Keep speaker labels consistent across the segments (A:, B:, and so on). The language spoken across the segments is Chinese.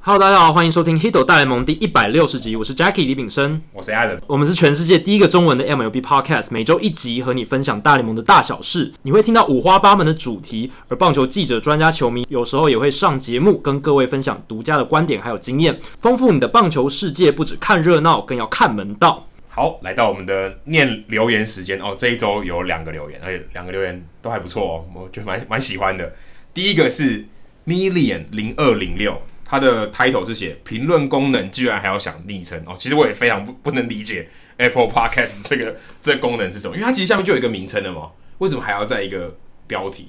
A: Hello，大家好，欢迎收听《Hito 大联盟》第一百六十集，我是 Jackie 李炳生，
B: 我是 Allen，
A: 我们是全世界第一个中文的 MLB Podcast，每周一集和你分享大联盟的大小事，你会听到五花八门的主题，而棒球记者、专家、球迷有时候也会上节目，跟各位分享独家的观点还有经验，丰富你的棒球世界。不只看热闹，更要看门道。
B: 好，来到我们的念留言时间哦。这一周有两个留言，而且两个留言都还不错哦，我觉得蛮蛮喜欢的。第一个是 Million 零二零六，它的 title 是写评论功能居然还要想昵称哦，其实我也非常不不能理解 Apple Podcast 这个这个功能是什么，因为它其实下面就有一个名称了嘛，为什么还要在一个标题，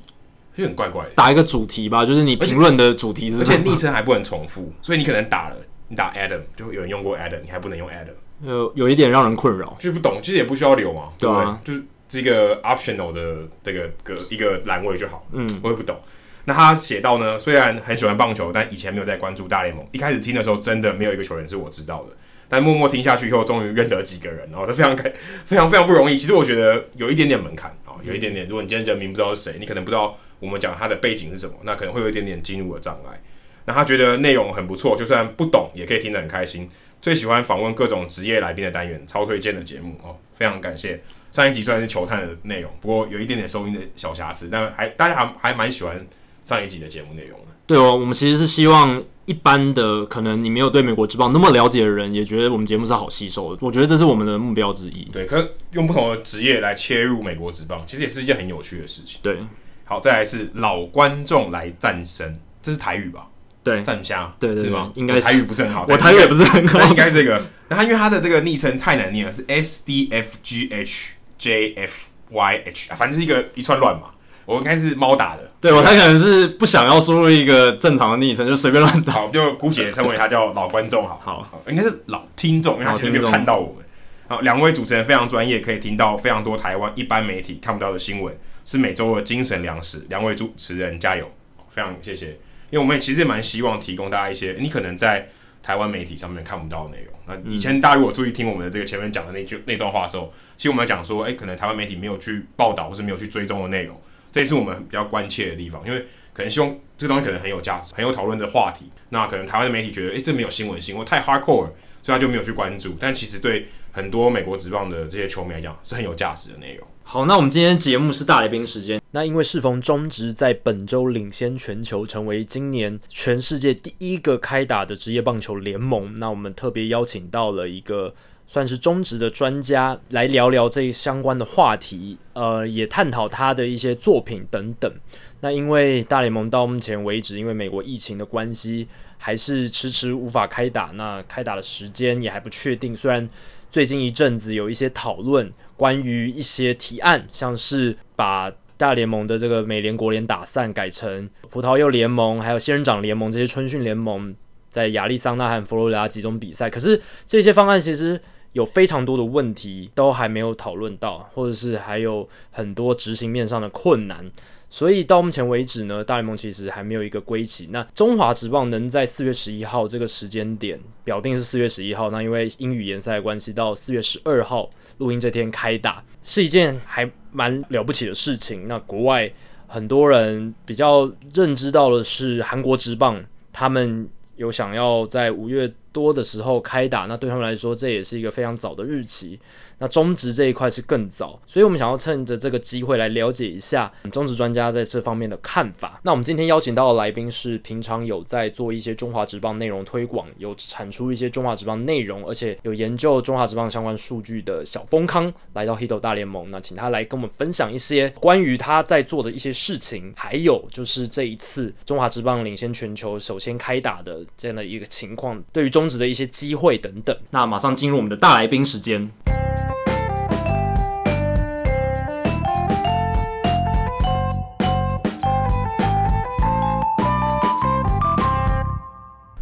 B: 就很怪怪的。
A: 打一个主题吧，就是你评论的主题是
B: 而
A: 什
B: 且
A: 么？
B: 昵称还不能重复，所以你可能打了，你打 Adam 就有人用过 Adam，你还不能用 Adam。
A: 呃，有一点让人困扰。
B: 就是不懂，其实也不需要留嘛，对
A: 对
B: 不对？
A: 啊
B: 就是这个 optional 的这个个一个栏位就好。嗯，我也不懂。那他写到呢，虽然很喜欢棒球，但以前没有在关注大联盟。一开始听的时候，真的没有一个球员是我知道的。但默默听下去以后，终于认得几个人，然后他非常感， 非常非常不容易。其实我觉得有一点点门槛啊、
A: 嗯
B: 有一点点。如果你今天人名不知道是谁，你可能不知道我们讲他的背景是什么，那可能会有一点点进入的障碍。那他觉得内容很不错，就算不懂也可以听得很开心。最喜欢访问各种职业来宾的单元，超推荐的节目哦，非常感谢。上一集虽然是球探的内容，不过有一点点收音的小瑕疵，但还大家还还蛮喜欢上一集的节目内容的。
A: 对哦，我们其实是希望一般的，可能你没有对美国职棒那么了解的人，也觉得我们节目是好吸收的。我觉得这是我们的目标之一。
B: 对，可用不同的职业来切入美国职棒，其实也是一件很有趣的事情。
A: 对
B: 好，再来是老观众来战神，这是台语吧？
A: 对，
B: 战虾，
A: 对对
B: 是吗？
A: 对应该是
B: 我台语不是很好，
A: 我台语也不是很好
B: 那。应该这个。那他因为他的这个昵称太难念了，是 S D F G H J F Y H，、啊、反正是一个一串乱码。我应该是猫打的，
A: 对我他可能是不想要输入一个正常的昵称，就随便乱打。
B: 好，就姑且称为他叫老观众好了。
A: 好
B: 应该是老听众，因为他其实没有看到我们。好，两位主持人非常专业，可以听到非常多台湾一般媒体看不到的新闻，是每周的精神粮食。两位主持人加油，非常谢谢。因为我们其实也蛮希望提供大家一些你可能在台湾媒体上面看不到的内容。那以前大家如果注意听我们的这个前面讲的那句那段话的时候，其实我们讲说，哎、可能台湾媒体没有去报道或是没有去追踪的内容，这也是我们比较关切的地方，因为可能希望这个东西可能很有价值，很有讨论的话题。那可能台湾的媒体觉得，哎、这没有新闻性，或太 hardcore，了所以他就没有去关注。但其实对很多美国职棒的这些球迷来讲，是很有价值的内容。
A: 好，那我们今天节目是大来宾时间。
C: 那因为适逢中职在本周领先全球，成为今年全世界第一个开打的职业棒球联盟，那我们特别邀请到了一个算是中职的专家来聊聊这相关的话题，呃，也探讨他的一些作品等等。那因为大联盟到目前为止，因为美国疫情的关系，还是迟迟无法开打。那开打的时间也还不确定。虽然最近一阵子有一些讨论关于一些提案，像是把大联盟的这个美联国联打散，改成葡萄柚联盟、还有仙人掌联盟这些春训联盟，在亚利桑那和佛罗里达集中比赛。可是这些方案其实有非常多的问题都还没有讨论到，或者是还有很多执行面上的困难。所以到目前为止呢，大联盟其实还没有一个归期。那中华职棒能在四月十一号这个时间点，表定是四月十一号。那因为英语联赛的关系，到四月十二号录音这天开打，是一件还蛮了不起的事情。那国外很多人比较认知到的是韩国职棒，他们有想要在五月多的时候开打，那对他们来说这也是一个非常早的日期。那中职这一块是更早，所以我们想要趁着这个机会来了解一下中职专家在这方面的看法。那我们今天邀请到的来宾是平常有在做一些中华职棒内容推广，有产出一些中华职棒内容，而且有研究中华职棒相关数据的小丰康来到 Hito 大联盟，那请他来跟我们分享一些关于他在做的一些事情，还有就是这一次中华职棒领先全球首先开打的这样的一个情况，对于中职的一些机会等等。
A: 那马上进入我们的大来宾时间。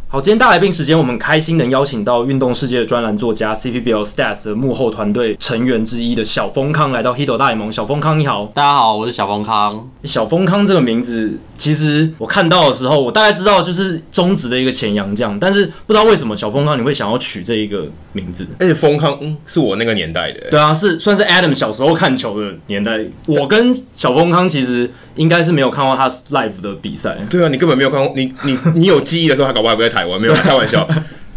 A: 好，今天大来宾时间，我们开心能邀请到运动世界的专栏作家 CPBL Stats 的幕后团队成员之一的小丰康来到 Hito 大联盟。小丰康，你好。
D: 大家好，我是小冯康。
A: 小丰康这个名字，其实我看到的时候，我大概知道就是中职的一个前洋将，但是不知道为什么小丰康你会想要取这一个名字。
B: 而且丰康、嗯、是我那个年代的、欸
A: 对啊，是算是 Adam 小时候看球的年代。我跟小丰康其实应该是没有看过他 live 的比赛。
B: 对啊，你根本没有看过，你你你有记忆的时候，他搞不好还不在台湾，没有开玩 笑。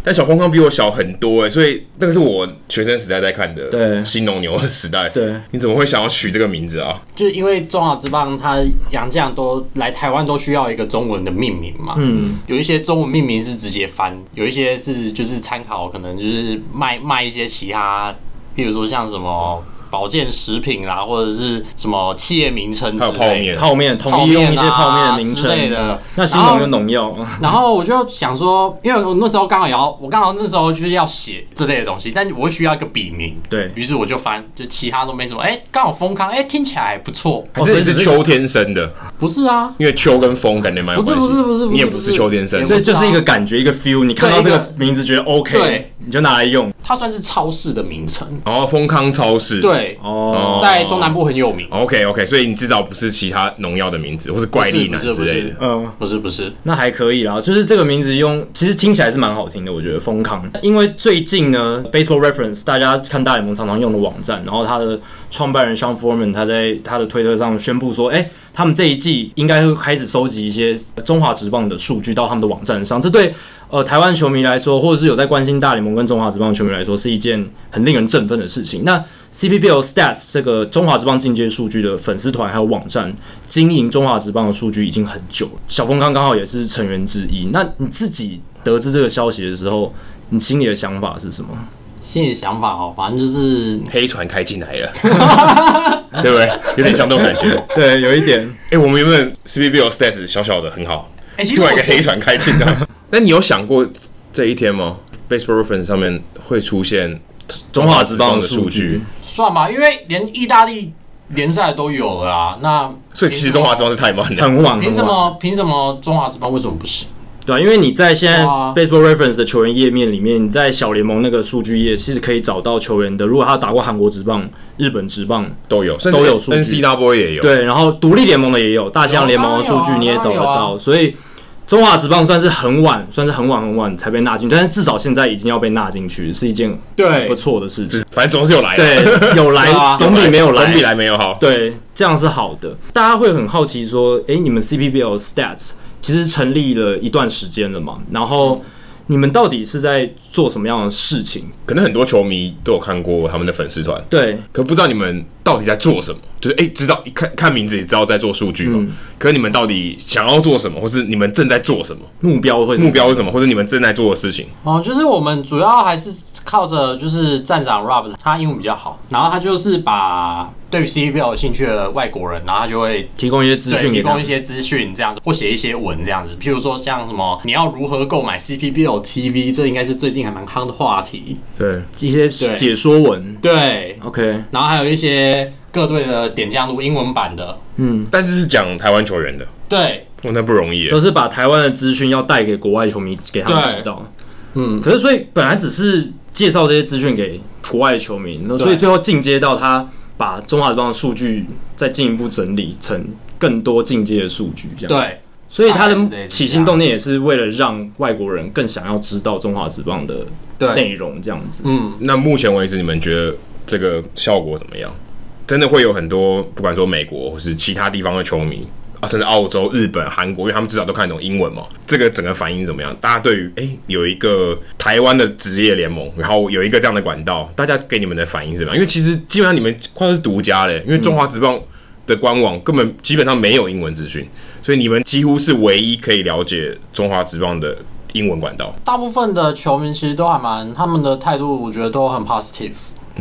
B: 但小光康比我小很多哎、所以那个是我学生时代在看的，
A: 对
B: 新农牛的时代。
A: 对，
B: 你怎么会想要取这个名字啊？
D: 就是因为中华之棒，它洋将都来台湾都需要一个中文的命名嘛。嗯，有一些中文命名是直接翻，有一些是就是参考，可能就是卖卖一些其他，譬如说像什么保健食品啦，或者是什么企业名称之
B: 还有
D: 类的
B: 泡
A: 泡面
B: 面，
A: 统
D: 泡
A: 一
D: 面
A: 用一些
D: 啦
A: 泡面的名
D: 之类
A: 称，
D: 的。
A: 那新农有农药，
D: 然后我就想说，因为我那时候刚好也要，我刚好那时候就是要写这类的东西，但我会需要一个笔名，
A: 对
D: 于是我就翻，就其他都没什么。哎，刚好丰康，哎，听起来不错。
B: 还
A: 哦所
B: 是
A: 以
B: 是
A: 只是
B: 秋天生的？
D: 不是啊，
B: 因为秋跟风感觉蛮有
D: 不是
B: 关系
D: 不是不是不是
B: 你也
D: 不
B: 不
D: 是
B: 是秋天生
D: 也，不
A: 所
B: 所以
A: 以就是一个感觉，一个 feel。你看到这
D: 对一
A: 个
D: 个
A: 名字觉得 OK，
D: 对
A: 你就拿来用。
D: 它算是超市的名称，
B: 然后哦丰康超市，
D: 对，
A: 哦，
D: 在中南部很有名。
B: OK OK，所以你至少不是其他农药的名字，或是怪力男
D: 不是
B: 之
D: 不是
B: 类的。
A: 嗯。
D: 不是不是，
A: 那还可以啦，就是这个名字用，其实听起来是蛮好听的，我觉得丰康。因为最近呢，Baseball Reference 大家看大联盟常常用的网站，然后他的创办人 Sean Foreman 他在他的推特上宣布说，哎、他们这一季应该会开始收集一些中华职棒的数据到他们的网站上，这对呃台湾球迷来说，或者是有在关心大联盟跟中华职棒的球迷来说，是一件很令人振奋的事情。那 CPBL Stats 这个中华职棒进阶数据的粉丝团还有网站经营中华职棒的数据已经很久了，小峰刚刚好也是成员之一。那你自己得知这个消息的时候，你心里的想法是什么？
D: 心里想法哦，反正就是
B: 黑船开进来了， 对不对？有点像那种感觉。
A: 对，有一点，
B: 哎、我们原本 C B B 有 stats 小小的很好，
D: 哎其实
B: 突然一
D: 我
B: 个黑船开进 来。那你有想过这一天吗？Baseball Reference 上面会出现
A: 中华职棒
B: 的
A: 的数据
B: 据，
D: 算吧，因为连意大利联赛都有了啊。那
B: 所以其实中华职棒是太慢了。
A: 很晚，
D: 凭
A: 很
D: 什
A: 晚。
D: 么凭什么中华职棒为什么不行？
A: 对、啊，因为你在现在
D: 哇
A: Baseball Reference 的球员页面里面，你在小联盟那个数据页是可以找到球员的。如果他打过韩国职棒、日本职棒，
B: 都有，甚至
A: 都有数据
B: N C W 也有。
A: 对，然后独立联盟的也有，大西洋联盟的数据你也找得
D: 有啊当然
A: 到，
D: 有啊
A: 所以中华职棒算是很晚，算是很晚很晚才被纳进去，但是至少现在已经要被纳进去，是一件
D: 对
A: 不错的事情。
B: 反正总是有来的，啊
A: 对，有
D: 对
A: 来
D: 啊
A: 总比没有来
B: 总比来没有好。
A: 对，这样是好的。大家会很好奇说，诶，你们 CPBL Stats 其实成立了一段时间了嘛？然
D: 嗯
A: 后你们到底是在做什么样的事情？
B: 可能很多球迷都有看过他们的粉丝团，
A: 对，
B: 可不知道你们到底在做什么。就是哎、诶知道一看看名字也知道在做数据嘛，可你们到底想要做什么，或是你们正在做什么，
A: 目标会是
B: 目标是什么，或者你们正在做的事情？
D: 哦，就是我们主要还是靠着就是站长 Rob，他英文比较好，然后他就是把对于 CBL 有兴趣的外国人，然后他就会
A: 提供一些资
D: 对
A: 讯给
D: 提
A: 他
D: 供一。些资讯这样子，或写一些文这样子，譬如说像什么你要如何购买 CPBL TV，这应该是最近还蛮夯的话题。
B: 对，
A: 一些解说文。
D: 对，
A: OK，
D: 然后还有一些各队的点将录英文版的，
B: 但是是讲台湾球员的，
D: 对，
B: 哇，那不容易耶。
A: 都是把台湾的资讯要带给国外球迷，给他们
D: 对
A: 知道。嗯，可是所以本来只是介绍这些资讯给国外的球迷，那所以
D: 对
A: 最后进阶到他把中华职棒的数据再进一步整理成更多进阶的数据，这样。，
D: 对，
A: 所以他
D: 大概是类
A: 的
D: 似
A: 起心动念也是为了让外国人更想要知道中华职棒的
D: 对
A: 内容，这样子。
D: 嗯，
B: 那目前为止，你们觉得这个效果怎么样？嗯真的会有很多，不管说美国或是其他地方的球迷啊，甚至澳洲、日本、韩国，因为他们至少都看得懂英文嘛。这个整个反应怎么样？大家对于诶有一个台湾的职业联盟，然后有一个这样的管道，大家给你们的反应是怎么样？因为其实基本上你们快是独家嘞，因为中华职棒的官网根本基本上没有英文资讯，所以你们几乎是唯一可以了解中华职棒的英文管道。
D: 大部分的球迷其实都还蛮，他们的态度我觉得都很 positive。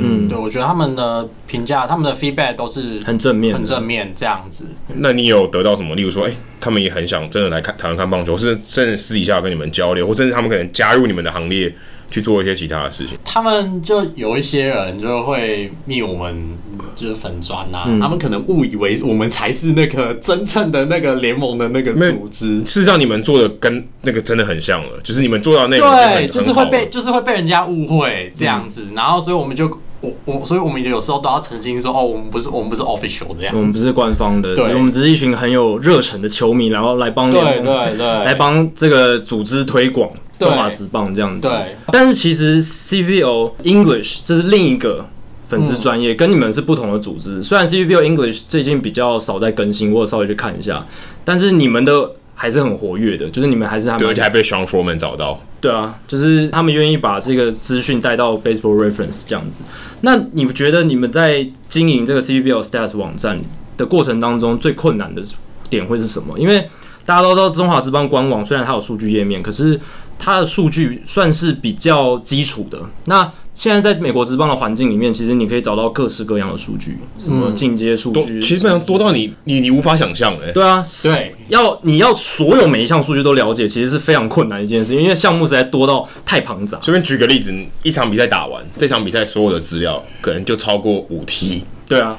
D: 嗯，对，我觉得他们的评价、他们的 feedback 都是
A: 很正面的
D: 很正面这样子。
B: 那你有得到什么？例如说，哎、他们也很想真的来看台湾看棒球，是甚至私底下跟你们交流，或甚至他们可能加入你们的行列去做一些其他的事情。
D: 他们就有一些人就会密我们就是粉砖呐、他们可能误以为我们才是那个真正的那个联盟的那个
B: 没有
D: 组织。
B: 事实上，你们做的跟那个真的很像了，就是你们做到那个
D: 对，就是会被
B: 很好了
D: 就是会被人家误会这样子，然后所以我们就我我所以我们有时候都要澄清说哦，我们不是我们不是 official 这样嗯
A: 我。们不是官方的，
D: 对
A: 所以我们只是一群很有热忱的球迷，然后来帮联
D: 对
A: 盟
D: 对对，
A: 来帮这个组织推广
D: 对
A: 中华职棒这样子。
D: 对，
A: 但是其实 CBO English 这是另一个粉丝专
D: 嗯
A: 业，跟你们是不同的组织。虽然 CPBL English 最近比较少在更新，我有稍微去看一下，但是你们的还是很活跃的，就是你们还是还
B: 对，而
A: 蛮
B: 且还被 Sean Foreman 找到。
A: 对啊，就是他们愿意把这个资讯带到 Baseball Reference 这样子。那你觉得你们在经营这个 CPBL Stats 网站的过程当中，最困难的点会是什么？因为大家都知道中华之邦官网虽然它有数据页面，可是它的数据算是比较基础的。那现在在美国职棒的环境里面，其实你可以找到各式各样的数据，什么进阶数
B: 多，
A: 据，
B: 其实非常多到你你你无法想象欸的。
A: 对啊，
D: 对，
A: 要你要所有每一项数据都了解，其实是非常困难的一件事，因为项目实在多到太庞杂。
B: 随便举个例子，一场比赛打完，这场比赛所有的资料可能就超过五 T，
A: 对啊，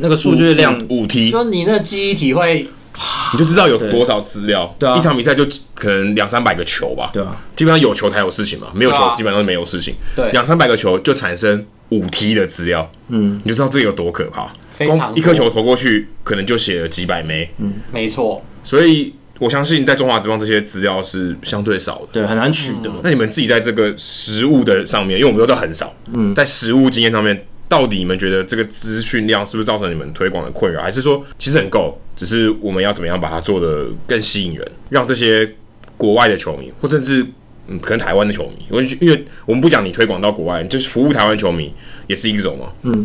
A: 那个数据量，
B: 五 T，
D: 就你那记忆体会，
B: 你就知道有多少资料。
A: 对啊
B: 一场比赛就可能两三百个球吧。
A: 对啊，
B: 基本上有球才有事情嘛，没有
D: 对
B: 球
D: 啊
B: 基本上没有事情。
D: 对
B: 两三百个球就产生五 T 的资料，嗯，你就知道这有多可怕。
D: 非常
B: 光一颗球投过去，可能就写了几百枚，嗯，
D: 没错，
B: 所以我相信在中华职棒这些资料是相对少的。
A: 对，很难取得。
B: 那你们自己在这个实物的上面，因为我们都知道很少，嗯，在实物经验上面，到底你们觉得这个资讯量是不是造成你们推广的困扰，还是说其实很够，只是我们要怎么样把它做的更吸引人，让这些国外的球迷，或甚至嗯，可能台湾的球迷，我就因为我们不讲你推广到国外，就是服务台湾球迷也是一种嘛，嗯，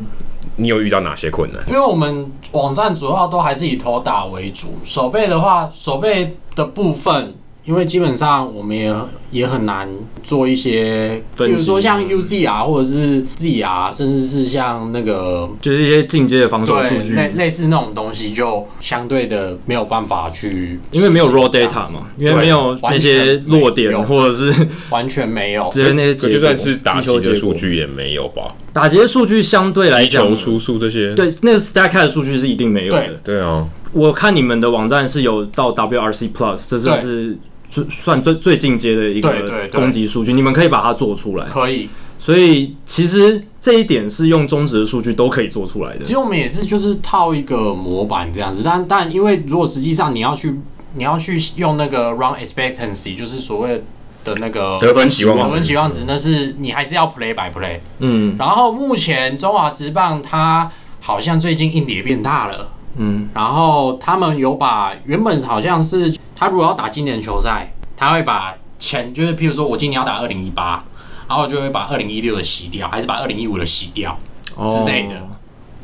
B: 你有遇到哪些困难？
D: 因为我们网站主要都还是以投打为主，手背的话，手背的部分，因为基本上我们也也很难做一些，比
A: 分析
D: 如说像 UZR 或者是 ZR，甚至是像那个
A: 就是一些进阶的防守数
D: 对
A: 据，
D: 类类似那种东西，就相对的没有办法去，
A: 因为没有 raw
D: 这样子
A: data 嘛，因为没有那些落点
D: 完全没有
A: 或者 是
D: 完全没有，
A: 直接那些结
B: 可
A: 果
B: 就算是打
A: 击球
B: 击
A: 结
B: 的数
A: 果，
B: 据也没有吧，
A: 打击的数据相对来
B: 击
A: 讲
B: 球，出速这啊些，
A: 对那个 stack 的数据是一定没有的
D: 对。
B: 对啊，
A: 我看你们的网站是有到 WRC Plus，这算
D: 对
A: 是最算最最进阶的一
D: 对对
A: 个
D: 对
A: 攻击数据，你们可以把它做出来。
D: 可以。
A: 所以其实这一点是用中值的数据都可以做出来的
D: 其。实我们也是就是套一个模板这样子，但但因为如果实际上你要去你要去用那个 run expectancy，就是所谓的那个
B: 得分期望值嗯
D: 得分期望值，那是你还是要 play by play。
A: 嗯
D: 然后目前中华职棒它好像最近硬碟变大了，
A: 嗯，
D: 然后他们有把原本好像是他如果要打今年球赛，他会把前就是譬如说我今年要打二零一八，然后就会把二零一六的洗掉，还是把二零一五的洗掉之类的。
A: 哦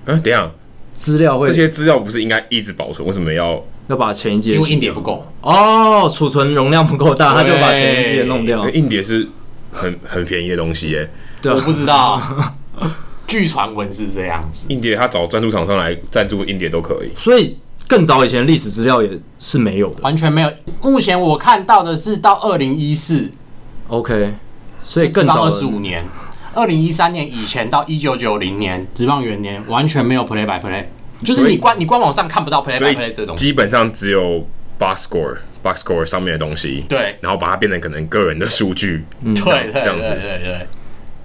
B: 嗯、等一下。
A: 资料会
B: 这些资料不是应该一直保存？为什么要？
A: 要把前一届
D: 因为
A: 洗
D: 硬碟不够，
A: 哦，储存容量不够大，他就把前一届弄掉
D: 哦
B: 那。硬碟是很 很便宜的东西耶、
A: 对
D: 我
A: 啊
D: 不，知道。据传闻是这样子，
B: 硬碟它找赞助厂商来赞助硬碟都可以。
A: 所以更早以前历史资料也是没有的。
D: 完全没有。目前我看到的是到二零一四，
A: OK，所以更早
D: 二
A: 的
D: 十五年，二零一三年以前到一九九零年，职棒元年完全没有 play by play，就是
B: 所以
D: 你官你官网上看不到 play
B: 所
D: by
B: 以
D: play 这东西。
B: 基本上只有 box score、box score 上面的东西，
D: 对
B: 然后把它变成可能个人的数据，嗯，
D: 对对
B: 这样
D: 对
B: 子
D: 对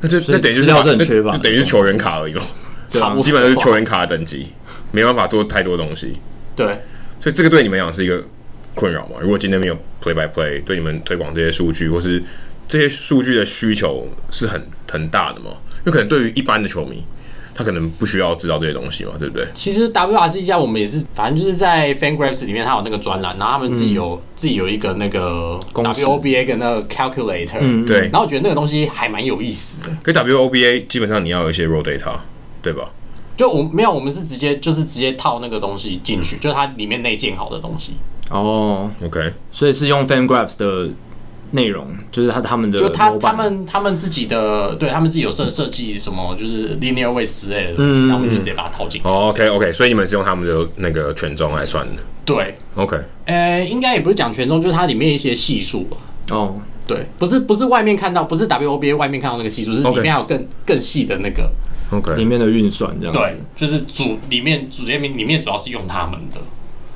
B: 那就
A: 所以
B: 那等于就是
A: 资料
B: 把
A: 是很
B: 那
A: 缺乏的
B: 就等于是球员卡而已嘛，
D: 对，差不多。
B: 啊基本上是球员卡的等级，没办法做太多东西，
D: 对，
B: 所以这个对你们来讲是一个困扰嘛？如果今天没有 play by play，对你们推广这些数据或是这些数据的需求是很很大的嘛？因为可能对于一般的球迷，他可能不需要知道这些东西嘛，对不对？
D: 其实 WRC 家我们也是，反正就是在 FanGraphs 里面，它有那个专栏，然后他们自己有、自己有一个那个
A: 公式
D: WOBA 跟那个 calculator，
A: 嗯
B: 对
D: 然后我觉得那个东西还蛮有意思的。
B: 可 WOBA 基本上你要有一些 raw data，对吧？
D: 就我没有，我们是直接就是直接套那个东西进去，就是它里面内建好的东西，
A: 哦，
B: OK，
A: 所以是用 FanGraphs 的内容，就是他他们的
D: 就他
A: 模板
D: 他们他们自己的，对他们自己有设设计什么，就是 linear weight 之类的东西，
A: 嗯
D: 然后我们就直接把它套进去。
B: 哦、o k OK，所以你们是用他们的那个权重来算的
D: 对，
B: ，OK，
D: 呃，应该也不是讲权重，就是它里面一些系数吧。
A: 哦，
D: 对，不是不是外面看到，不是 WOBA 外面看到那个系数，是里
B: OK
D: 面还有更更细的那个。
A: 里
B: OK，
A: 面的运算这样子。
D: 对，就是主里面主页面里面主要是用他们的。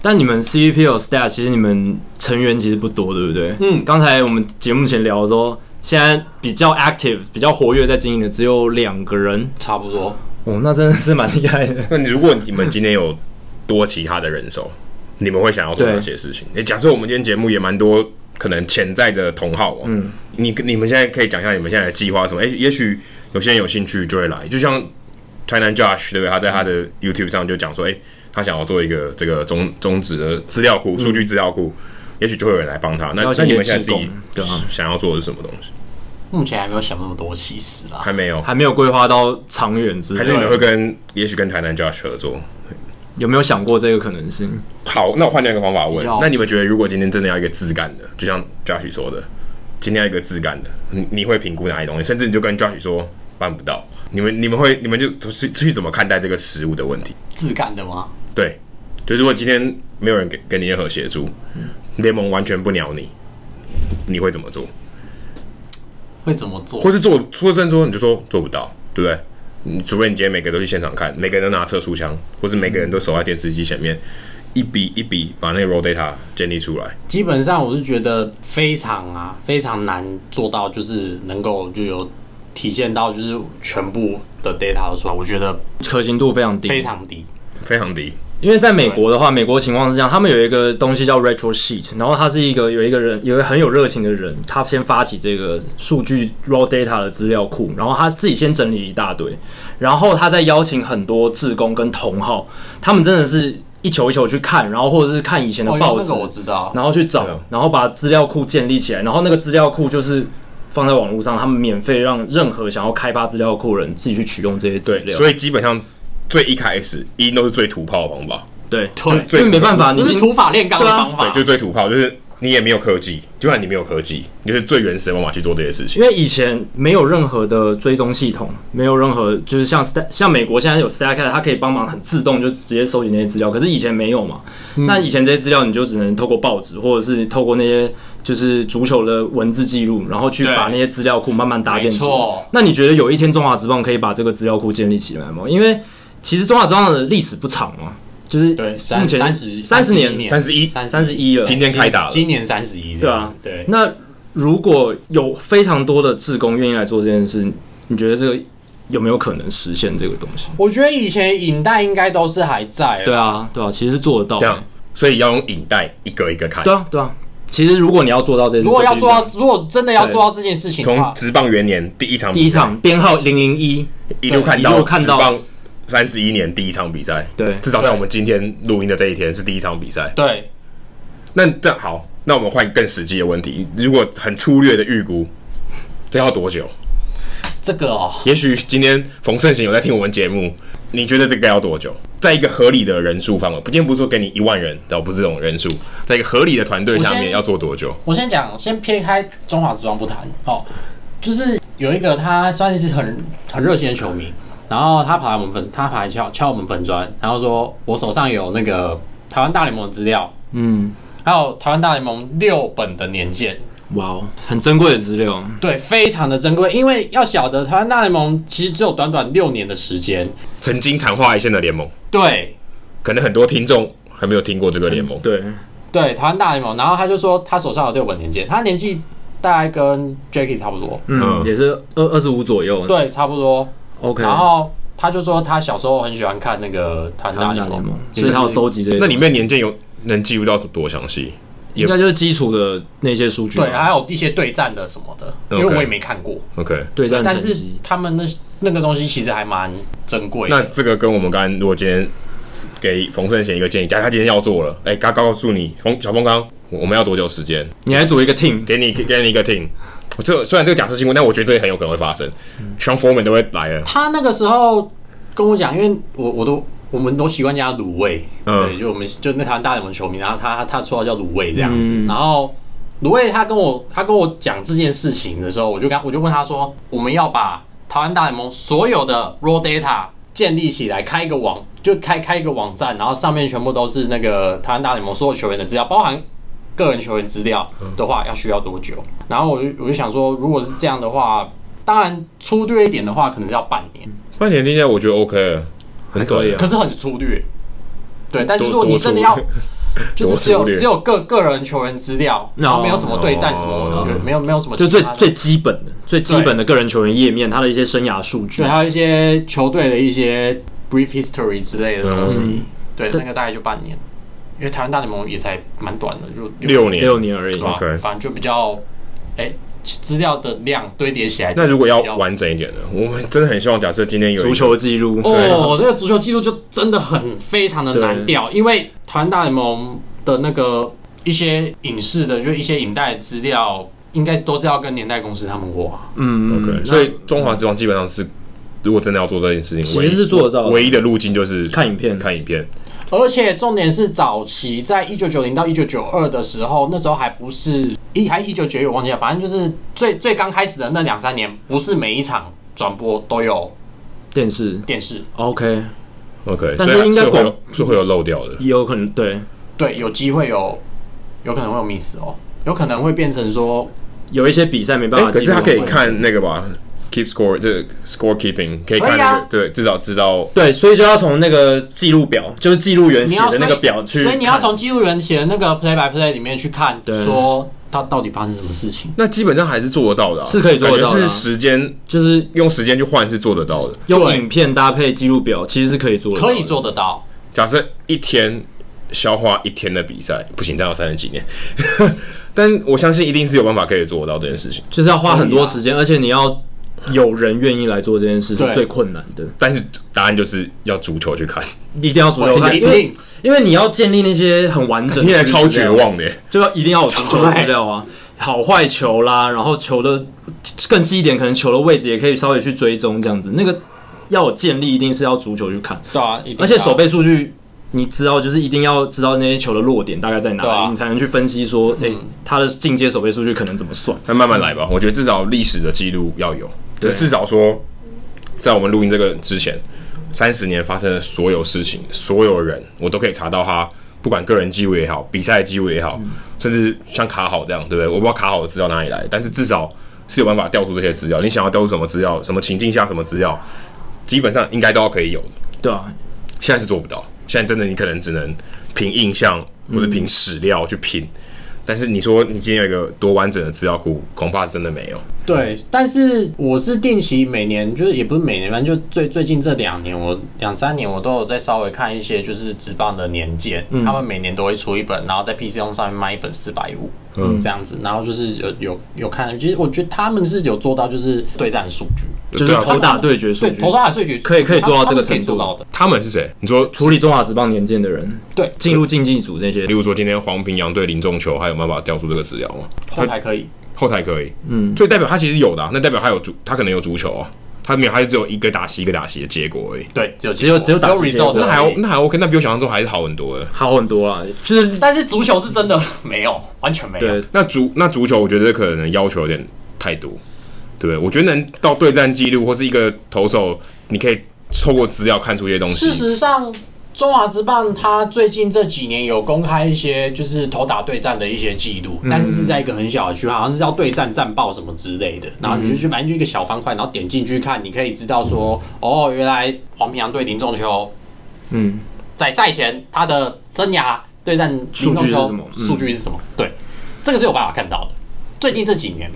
A: 但你们 CVP 有 stat，其实你们成员其实不多，对不对？
D: 嗯
A: 刚才我们节目前聊的时候，现在比较 active、比较活跃在经营的只有两个人，
D: 差不多，
A: 哦，那真的是蛮厉害的。
B: 那你如果你们今天有多其他的人手，你们会想要做
A: 对
B: 哪些事情？诶，假设我们今天节目也蛮多可能潜在的同好哦，嗯，你你们现在可以讲一下你们现在的计划是什么？诶，也许有些人有兴趣就会来，就像台南 Josh 对不对？他在他的 YouTube 上就讲说，哎、他想要做一个这个中中职的资料
A: 嗯
B: 库、数据资料库，也许就会有人来帮他。那
A: 要
B: 那
A: 先
B: 你
A: 给
B: 们现在
A: 志
B: 自己
A: 工，对啊，
B: 想要做的是什么东西？
D: 目前还没有想那么多，其实啊啦。
B: 还没有，
A: 还没有规划到长远之
B: 还是你
A: 类
B: 们。会跟，也许跟台南 Josh 合作？
A: 有没有想过这个可能性？
B: 好，那我换另一个方法问
D: 要，
B: 那你们觉得如果今天真的要一个自干的，就像 Josh 说的，今天要一个自干的，你你会评估哪些东西？甚至你就跟 Josh 说办不到，你们你们会你们就去去怎么看待这个食物的问题？
D: 自干的吗？
B: 对，就是如果今天没有人给给你任何协助，联盟完全不鸟你，你会怎么做？
D: 会怎么做
B: 或？是做出甚至说你就说做不到，对不对？你除非你今天每个都去现场看，每个人都拿测速枪，或是每个人都守在电视机前面，一笔一笔把那个 raw data 建立出来。
D: 基本上我是觉得非常啊，非常难做到，就是能够就有体现到就是全部的 data 都出来，我觉得
A: 可行度非常低，
D: 非常低。
B: 非常低，
A: 因为在美国的话，美国情况是这样，他们有一个东西叫 retro sheet，然后他是一个有一个人有一个很有热情的人，他先发起这个数据 raw data 的资料库，然后他自己先整理一大堆，然后他再邀请很多志工跟同好，他们真的是一球一球去看，然后或者是看以前的
D: 哦，因为
A: 报
D: 那
A: 纸，
D: 个我知道，
A: 然后去找
B: 对啊，
A: 然后把资料库建立起来，然后那个资料库就是。放在网络上，他们免费让任何想要开发资料库的人自己去取用这些资
B: 对，
A: 料。
B: 所以基本上最一开始一定都是最土炮的方法，
A: 对，
D: 对
A: 就因为没办法，你
D: 不
A: 已
D: 是
A: 经
D: 土法炼钢的
A: 对啊
D: 方
B: 对，
D: 法
B: 就。是最土炮，就是你也没有科技，就算你没有科技，你就是最原始的方法去做这些事情
A: 因。为以前没有任何的追踪系统，没有任何就是像 Stack, 像美国现在有 Stack，它可以帮忙很自动就直接收集那些资料，可是以前没有嘛。那以前这些资料你就只能透过报纸或者是透过那些就是足球的文字记录，然后去
D: 对
A: 把那些资料库慢慢搭建起
D: 没
A: 来
D: 错。
A: 那你觉得有一天中华职棒可以把这个资料库建立起来吗？因为其实中华职棒的历史不长嘛，就是
D: 对，
A: 目
D: 三
A: 前
D: 三十
A: 三十
D: 一
A: 年，
B: 三十一，
D: 三
A: 三十一了，
B: 今天开打了，
D: 今年三十一，
A: 对啊
D: 对。
A: 那如果有非常多的志工愿意来做这件事，你觉得这个有没有可能实现这个东西？
D: 我觉得以前影带应该都是还在，
A: 对，啊，对啊，其实是做得到
B: 这
A: 的
B: 样。，所以要用影带一个一个看
A: 对，啊，对啊。其实如果你要做到这件事，
D: 如果要
A: 就必须
D: 做到，如果真的要做到这件事情的
B: 从
D: 话，
B: 职棒元年第一场
A: 啊第
B: 比
A: 一
B: 赛
A: 场编号零零一，
B: 一路看
A: 一
B: 到
A: 路看到
B: 职棒三十一年第一场比赛，
A: 对
B: 至少在我们今天录音的这一天是第一场比赛。
D: 对，
B: 那这样好，那我们换更实际的问题，如果很粗略的预估，这要多久？
D: 这个哦，
B: 也许今天冯胜贤有在听我们节目，你觉得这个要多久？在一个合理的人数范围，不，今天不是说给你一万人，倒不是这种人数，在一个合理的团队下
D: 我
B: 面
D: 先
B: 要做多久？
D: 我先讲，先撇开中华职棒不谈，哦，就是有一个他算是很很热心的球迷，然后他跑来我们粉，他跑来敲敲我们粉砖，然后说我手上有那个台湾大联盟的资料，
A: 嗯，
D: 还有台湾大联盟六本的年鉴，
A: 哇哦，很珍贵的资料。
D: 对，非常的珍贵，因为要晓得台湾大联盟其实只有短短六年的时间，
B: 曾经昙花一现的联盟，
D: 对，
B: 可能很多听众还没有听过这个联盟。
A: 嗯对，
D: 对，台湾大联盟，然后他就说他手上有六本年鉴，他年纪大概跟 Jacky 差不多，
A: 嗯，
B: 嗯
A: 也是二二十五左右。
D: 对，差不多。
A: ，OK。
D: 然后他就说他小时候很喜欢看那个《台湾
A: 台
D: 大
A: 湾
D: 联
A: 大
D: 盟
A: 联》，盟，所以他要收集这些。
B: 那里面年鉴有能记录到多详细？
A: 应该就是基础的那些数据吧。
D: 对，还有一些对战的什么的，因
B: OK
D: 为我也没看过。
B: OK，
A: 对战
D: 但
A: 成
D: 是
A: 绩。
D: 他们那那个东西其实还蛮珍贵
B: 那
D: 的。
B: 这个跟我们刚刚，如果今天给冯胜贤一个建议，假如他今天要做了，哎、他告诉你，冯小冯刚，我我们要多久时间？
A: 你还组一个 team，
B: 给你给你一个 team。我这虽然这个假设新闻，但我觉得这也很有可能会发生。像 Foreman 都会来了，
D: 他那个时候跟我讲，因为我我都我们都习惯叫他卤味，
B: 嗯
D: 对，就我们就那台湾大联盟球迷，然后他他绰号叫卤味这样子。然后卤味他跟我他跟我讲这件事情的时候，我就跟他我就问他说，我们要把台湾大联盟所有的 raw data 建立起来，开一个网，就开开一个网站，然后上面全部都是那个台湾大联盟所有球员的资料，包含个人球员资料的话，要需要多久？然后我就我就想说，如果是这样的话。当然，粗略一点的话，可能是要半年。
B: 半年听起来我觉得 OK，了很
A: 可以啊
D: 可是很粗略。对，但是如果
B: 多
D: 你真的 要
B: 多，
D: 就是只有
B: 多粗略哦
D: 只有个个人球员资料，
A: No
D: 然后没有什么对战什么的，没有没有什么
A: 就
D: 其
A: 最
D: 他的，
A: 最基本的、最基本的个人球员页面，他的一些生涯数据
D: 对，。还有一些球队的一些 brief history 之类的
A: 嗯
D: 东
B: 嗯
D: 西，对，那个大概就半年，因为台湾大联盟也才蛮短的，就
B: 六年
A: 六年而已
D: 对。吧
B: OK
D: 反正就比较，哎，资料的量堆叠起来。
B: 那如果要
D: 比较
B: 完整一点的，我们真的很希望，假设今天有一个
A: 足球记录，
D: 哦，那个足球记录就真的很非常的难调，因为台湾大联盟的那个一些影视的，就一些影带资料，应该都是要跟年代公司他们挖。
A: 嗯
B: OK，所以中华之王基本上是，如果真的要做这件事情，
A: 其
B: 唯一
A: 实是做得到的
B: 唯一的路径就是
A: 看影片
B: 看影片。
D: 而且重点是，早期在一九九零到一九九二的时候，那时候还不是一还一九九九，我忘记了，反正就是最最刚开始的那两三年，不是每一场转播都有
A: 电视
D: 电视，
A: OK，
B: OK，
A: 但
B: 所
A: 是
B: 以它
A: 应该
B: 是会
A: 广嗯
B: 有是会有漏掉的。
A: 也有可能对，
D: 对，有机会有，有可能会有 miss 哦，有可能会变成说，
A: 有一些比赛没办
B: 哎、
A: 法
B: 可
A: 记
B: 是
A: 录
B: 他
A: 完，
B: 可以看那个吧，keep score 这 score keeping 可以
D: 可
B: 看
D: 以啊
B: 那个，对，至少知道。
A: 对，所以就要从那个记录表，就是记录员
D: 你
A: 写
D: 要
A: 的那个表去看，
D: 所以你要从记录员写的那个 play by play 里面去看，
A: 对
D: 说他到底发生什么事情。
B: 那基本上还是做得到的啊、
A: 是可以做得到的啊
B: 感觉是时间
A: 就是
B: 用时间去换是做得到的。
A: 用
D: 对
A: 影片搭配记录表，其实是可以做的，
D: 可以做得到，
B: 假设一天消化一天的比赛，不行，这样要三十几年。 但我相信一定是有办法可以做到这件事情。
A: 就是要花
D: 啊
A: 很多时间，而且你要有人愿意来做这件事是
D: 对
A: 最困难的，
B: 但是答案就是要足球去看，
A: 一定要足球看，
D: 一
A: 因为
D: 定
A: 因为你要建立那些很完整
B: 听起来
A: 的，
B: 超绝，望的耶。
A: 就要一定要有足球的资料啊，好坏球啦，然后球的更细一点，可能球的位置也可以稍微去追踪这样子，那个要有建立，一定是要足球去看，
D: 对啊，一定
A: 而且
D: 要
A: 手背数据。你知道，就是一定要知道那些球的落点大概在哪里，
D: 对啊
A: 你才能去分析说，哎、他的进阶手背数据可能怎么算。
B: 那慢慢来吧，我觉得至少历史的记录要有，就至少说，在我们录音这个之前，三十年发生的所有事情，所有人我都可以查到他，不管个人记录也好，比赛记录也好，甚至像卡好这样，对不对？我不知道卡好的资料哪里来，但是至少是有办法调出这些资料。你想要调出什么资料，什么情境下什么资料，基本上应该都要可以有的。
A: 对啊，
B: 现在是做不到，现在真的你可能只能凭印象或者凭
A: 嗯
B: 史料去拼。但是你说你今天有一个多完整的资料库，恐怕是真的没有。
D: 对，但是我是定期每年，就是也不是每年，反正就最最近这两年，我两三年我都有在稍微看一些就是职棒的年鉴，
A: 嗯
D: 他们每年都会出一本，然后在 PC 用上面卖一本四百五，嗯，这样子，然后就是有有有看，其实我觉得他们是有做到就是对战数据，
A: 就是
B: 对啊
A: 头打对决数
D: 对
A: 据，
D: 投打数据
A: 可以可以做到这个
D: 他们是可以
A: 程度
D: 做到的，
B: 他们是谁？你说，
A: 处理中华职棒年鉴的人，
D: 对，
A: 进入竞技组那些
B: 例，如说今天黄平洋对林仲球，还有办法调出这个资料吗？
D: 后台可以，
B: 后台可以，嗯，所以代表他其实有的啊、那代表他有足，他可能有足球啊，他没有，他就只有一个打西一个打西的结果而已。
D: 对，只有
A: 只有
D: 结果
A: 只有打击结
D: result，
A: 果
D: 的
B: 那还
D: 而已
B: 那还 OK，那比我想象中还是好很多的。
A: 好很多啊，就是
D: 但是足球是真的没有，完全没有，
A: 对
B: 那足那足球，我觉得可能要求有点太多，对不对？我觉得能到对战记录或是一个投手，你可以透过资料看出一些东西
D: 事。实上，中华职棒它最近这几年有公开一些就是投打对战的一些记录，
A: 嗯
D: 但是是在一个很小的区，好像是叫对战战报什么之类的。
A: 嗯
D: 然后你就去反正就一个小方块，然后点进去看，你可以知道说，哦，原来黄平洋对林仲秋
A: 嗯，
D: 在赛前他的生涯对战林仲秋
A: 数据是什么嗯
D: 数据是什么？对，这个是有办法看到的。最近这几年，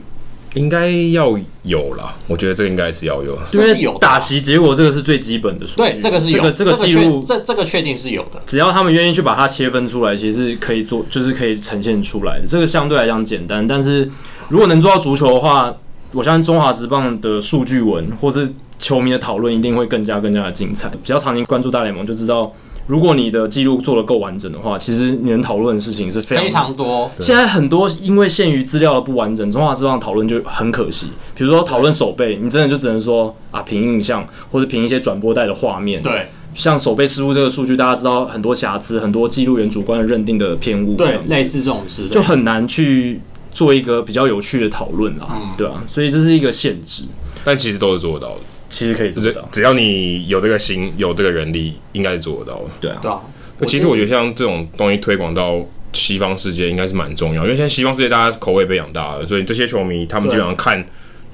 B: 应该要有啦，我觉得这个应该是要有。
A: 因
D: 这是有
A: 为
D: 的
A: 打席结果这个是最基本的数据，
D: 对这个是
A: 这
D: 有
A: 个这个记
D: 确
A: 录，
D: 这这个确定是有的。
A: 只要他们愿意去把它切分出来，其实是可以做，就是可以呈现出来的。这个相对来讲简单，但是如果能做到足球的话，我相信中华职棒的数据文或是球迷的讨论一定会更加更加的精彩。比较常年关注大联盟就知道，如果你的记录做得够完整的话，其实你能讨论的事情是非常
D: 非常多，
A: 现在很多因为限于资料的不完整，中华之棒讨论就很可惜。比如说讨论手背，你真的就只能说啊，凭印象或者凭一些转播带的画面。，
D: 对
A: 像手背失误这个数据，大家知道很多瑕疵，很多记录员主观的认定的偏误，这
D: 对
A: 样，子
D: 类似这种事
A: 就很难去做一个比较有趣的讨论啦，
D: 嗯
A: 对啊，所以这是一个限制，
B: 但其实都是做得到的，
A: 其实可以做
B: 只
A: 到，
B: 只要你有这个心，有这个人力，应该是做得到的。
A: 对啊
D: 对，啊。
B: 呃其实我觉得像这种东西推广到西方世界应该是蛮重要，因为现在西方世界大家口味被养大了，所以这些球迷他们基本上看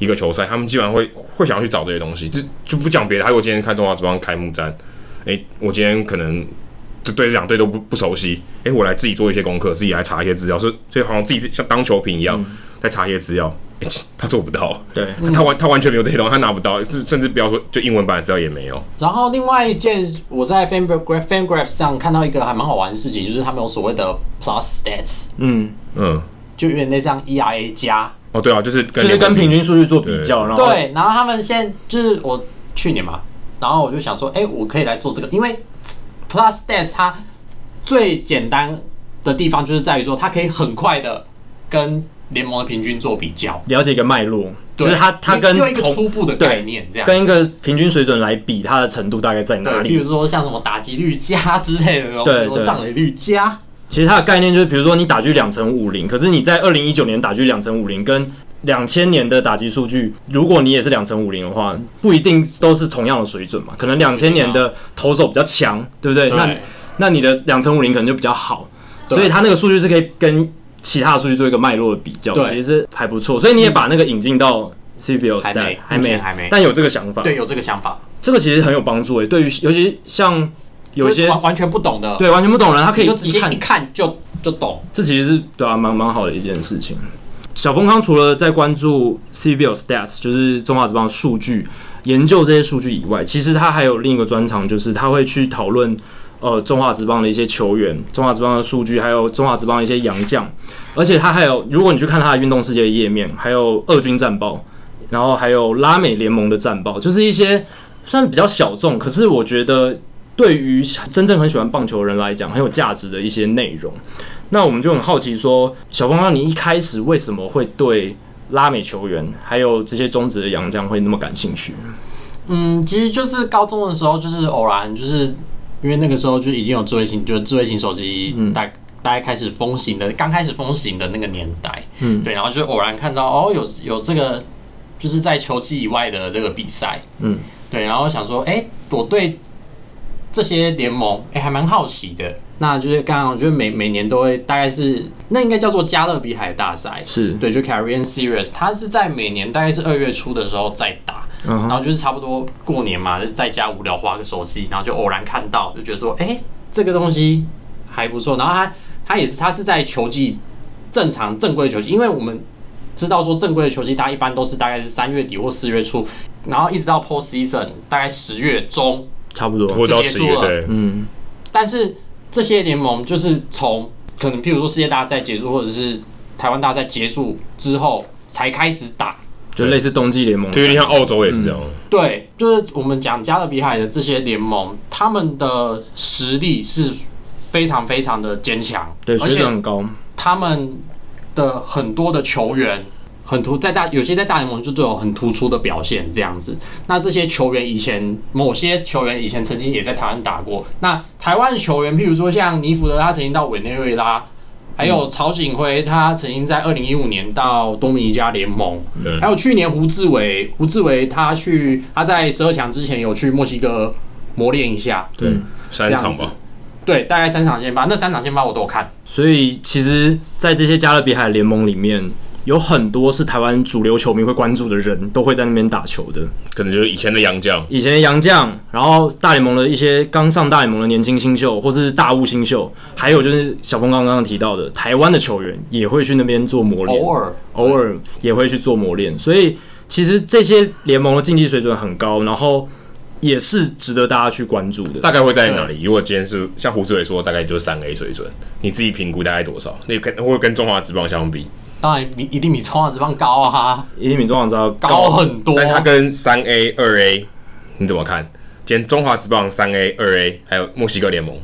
B: 一个球赛，他们基本上会会想要去找这些东西。就就不讲别的，还有啊我今天看中华职棒开幕战，诶、我今天可能就对这两队都不不熟悉，诶、我来自己做一些功课，自己来查一些资料，所以所以好像自己像当球评一样，在查一些资料。诶他做不到，
A: 对
B: 他他完他完全没有这些东西，他拿不到，甚甚至不要说就英文版的资料也没有。
D: 然后另外一件，我在 FanGraph FanGraph 上看到一个还蛮好玩的事情，就是他们有所谓的 Plus Stats，
A: 嗯，
B: 嗯，
D: 就有点类似像 ERA E 加
B: 哦，对啊，就是跟
A: 就是跟平
B: 均
A: 均数据做比较，然后
D: 对，然后他们现在就是我去年嘛，然后我就想说，哎、我可以来做这个，因为 Plus Stats 它最简单的地方就是在于说，它可以很快的跟联盟的平均做比较，
A: 了解一个脉络，
D: 对
A: 就是它它
D: 用
A: 跟
D: 用一个
A: 同
D: 初步的概念这样子
A: 跟一个平均水准来比，它的程度大概在哪
D: 对，比
A: 里
D: 如？说像什么打击 率加之类的东西，
A: 对
D: 什么
A: 对
D: 上垒率加，
A: 其实它的概念就是，比如说你打距两成五零，可是你在二零一九年打距两成五零跟两千年的打击数据，如果你也是两成五零的话，不一定都是同样的水准嘛。可能两千年的投手比较强，对不对？那
D: 对
A: 那你的两成五零可能就比较好，所以它那个数据是可以跟其他的数据做一个脉络的比较，
D: 对
A: 其实是还不错。所以你也把那个引进到 CBL
D: 还
A: s t
D: 没
A: a 还
D: 目前
A: 没
D: 还没
A: 但有这个想法，
D: 对，有这个想法。
A: 这个其实很有帮助诶。对于尤其像有一
D: 就是
A: 些
D: 完完全不懂的，，
A: 对完全不懂的人，他可以
D: 就直接
A: 一看
D: 一看就就懂。
A: 这其实是对啊，蛮蛮好的一件事情。小峰康除了在关注 CBL stats，就是中华职棒的数据研究这些数据以外，其实他还有另一个专长，就是他会去讨论呃中华职棒的一些球员、中华职棒的数据，还有中华职棒的一些洋将。而且他还有，如果你去看他的运动世界的页面，还有二军战报，然后还有拉美联盟的战报，就是一些虽然比较小众，可是我觉得对于真正很喜欢棒球的人来讲，很有价值的一些内容。那我们就很好奇说，小峰，那你一开始为什么会对拉美球员还有这些中职的洋将会那么感兴趣？
D: 嗯，其实就是高中的时候，就是偶然，就是因为那个时候就已经有智慧型，就是智慧型手机大、大概开始风行的，刚开始风行的那个年代，
A: 嗯
D: 对，然后就偶然看到哦，有有这个就是在球季以外的这个比赛，
A: 嗯，
D: 对，然后想说，哎、我对这些联盟，哎、还蛮好奇的。那就是刚刚，我觉得每每年都会，大概是那应该叫做加勒比海大赛，
A: 是
D: 对，就 Caribbean Series，它是在每年大概是二月初的时候再打，
A: 嗯哼
D: 然后就是差不多过年嘛，就在家无聊划个手机，然后就偶然看到，就觉得说，哎、这个东西还不错。然后它它也是它是在球季正常正规的球季，因为我们知道说正规的球季，它一般都是大概是三月底或四月初，然后一直到 post season 大概十月中。
A: 差不多。
B: 我到
D: 就结
B: 十
D: 束
B: 月
D: 了
B: 对，
A: 嗯，
D: 但是这些联盟就是从可能譬如说世界大赛结束，或者是台湾大赛结束之后才开始打，
A: 就类似冬季联盟，
B: 就有点像澳洲也是这样，
D: 对，就是我们讲加勒比海的这些联盟，他们的实力是非常非常的坚强，
A: 对
D: 而
A: 水准
D: 且
A: 很高。
D: 他们的很多的球员很突在大有些在大联盟就都有很突出的表现这样子。那这些球员以前某些球员以前曾经也在台湾打过，那台湾的球员，譬如说像尼福德，他曾经到委内瑞拉。还有曹景辉，他曾经在二零一五年到多米尼加联盟，
B: 对
D: 还有去年胡志伟，胡志伟他去他在十二强之前有去墨西哥磨练一下，
B: 对，三
D: 这样
B: 场
D: 子
B: 吧，
D: 对，大概三场先发，那三场先发我都有看，
A: 所以其实，在这些加勒比海联盟里面，有很多是台湾主流球迷会关注的人，都会在那边打球的。
B: 可能就是以前的洋将，
A: 以前的洋将，然后大联盟的一些刚上大联盟的年轻新秀，或是大物新秀，还有就是小峰刚刚提到的台湾的球员，也会去那边做磨练。
D: 偶尔
A: 偶尔也会去做磨练，所以其实这些联盟的竞技水准很高，然后也是值得大家去关注的。
B: 大概会在哪里？如果今天是像胡志伟说，大概就是三 A 水准，你自己评估大概多少？那跟或者跟中华职棒相比，
D: 当然比一定比中华职棒高啊，
A: 因为米中网知道
D: 高很多。
B: 但它跟三 A、二 A 你怎么看？今天中华职棒三 A、二 A，还有墨西哥联盟，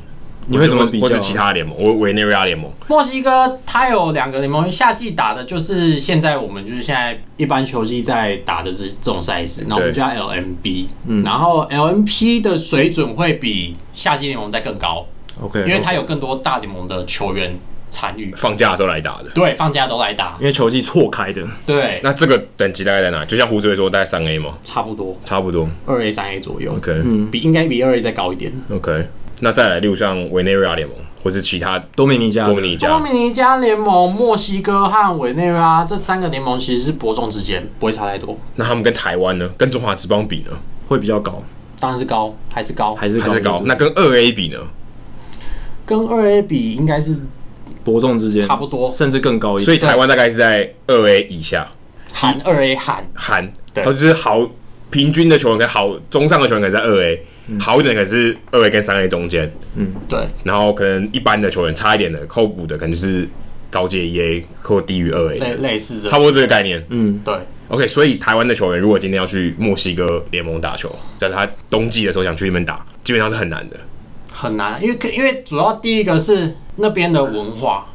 A: 你会怎么比较？
B: 或是其他联盟，我委内瑞拉联盟，
D: 墨西哥它有两个联盟，夏季打的就是现在我们就是现在一般球季在打的这这种赛事，然后我们
B: 对嗯
D: 叫 LMB，然后 LMP 的水准会比夏季联盟再更高，
A: OK，
D: 因为它有更多大联盟的球员参与，
B: 放假的时候来打的。
D: 对，放假都来打，
A: 因为球季错开的，
D: 对，
B: 那这个等级大概在哪？就像胡志伟说，大概三 A 嘛，
D: 差不多
B: 差不多。
D: 二 A 三 A 左右，
B: OK，
D: 比应该比二 A 再高一点。
B: OK，那再来，例如像委内瑞拉联盟，或是其他
A: 多米尼加
B: 多米尼
D: 多
B: 加，
D: 米尼加联盟、墨西哥和委内瑞拉这三个联盟其实是伯仲之间，不会差太多，
B: 那他们跟台湾呢？跟中华职棒比呢？
A: 会比较高，
D: 当然是高，还是高，
A: 还是
B: 还是高？
A: 对
B: 那跟二 A 比呢？
D: 跟二 A 比应该是
A: 伯仲之间
D: 差不多
A: 甚至更高一点。
B: 所以台湾大概是在二 A 以下，
D: 含二 A 含
B: 韩，
D: 对
B: 然后就是好平均的球员，可能好中上的球员可能在二 A，、好
A: 嗯
B: 一点的可能是二 A 跟三 A 中间，
D: 对
B: 然后可能一般的球员差一点的后补的，可能就是高阶 EA 或低于二 A，
D: 类类似这
B: 差
D: 种，
B: 不多这个概念。
A: 嗯，
D: 对，
B: OK，所以台湾的球员如果今天要去墨西哥联盟打球，但是他冬季的时候想去那边打，基本上是很难的。
D: 很难，因为因为主要第一个是那边的文化。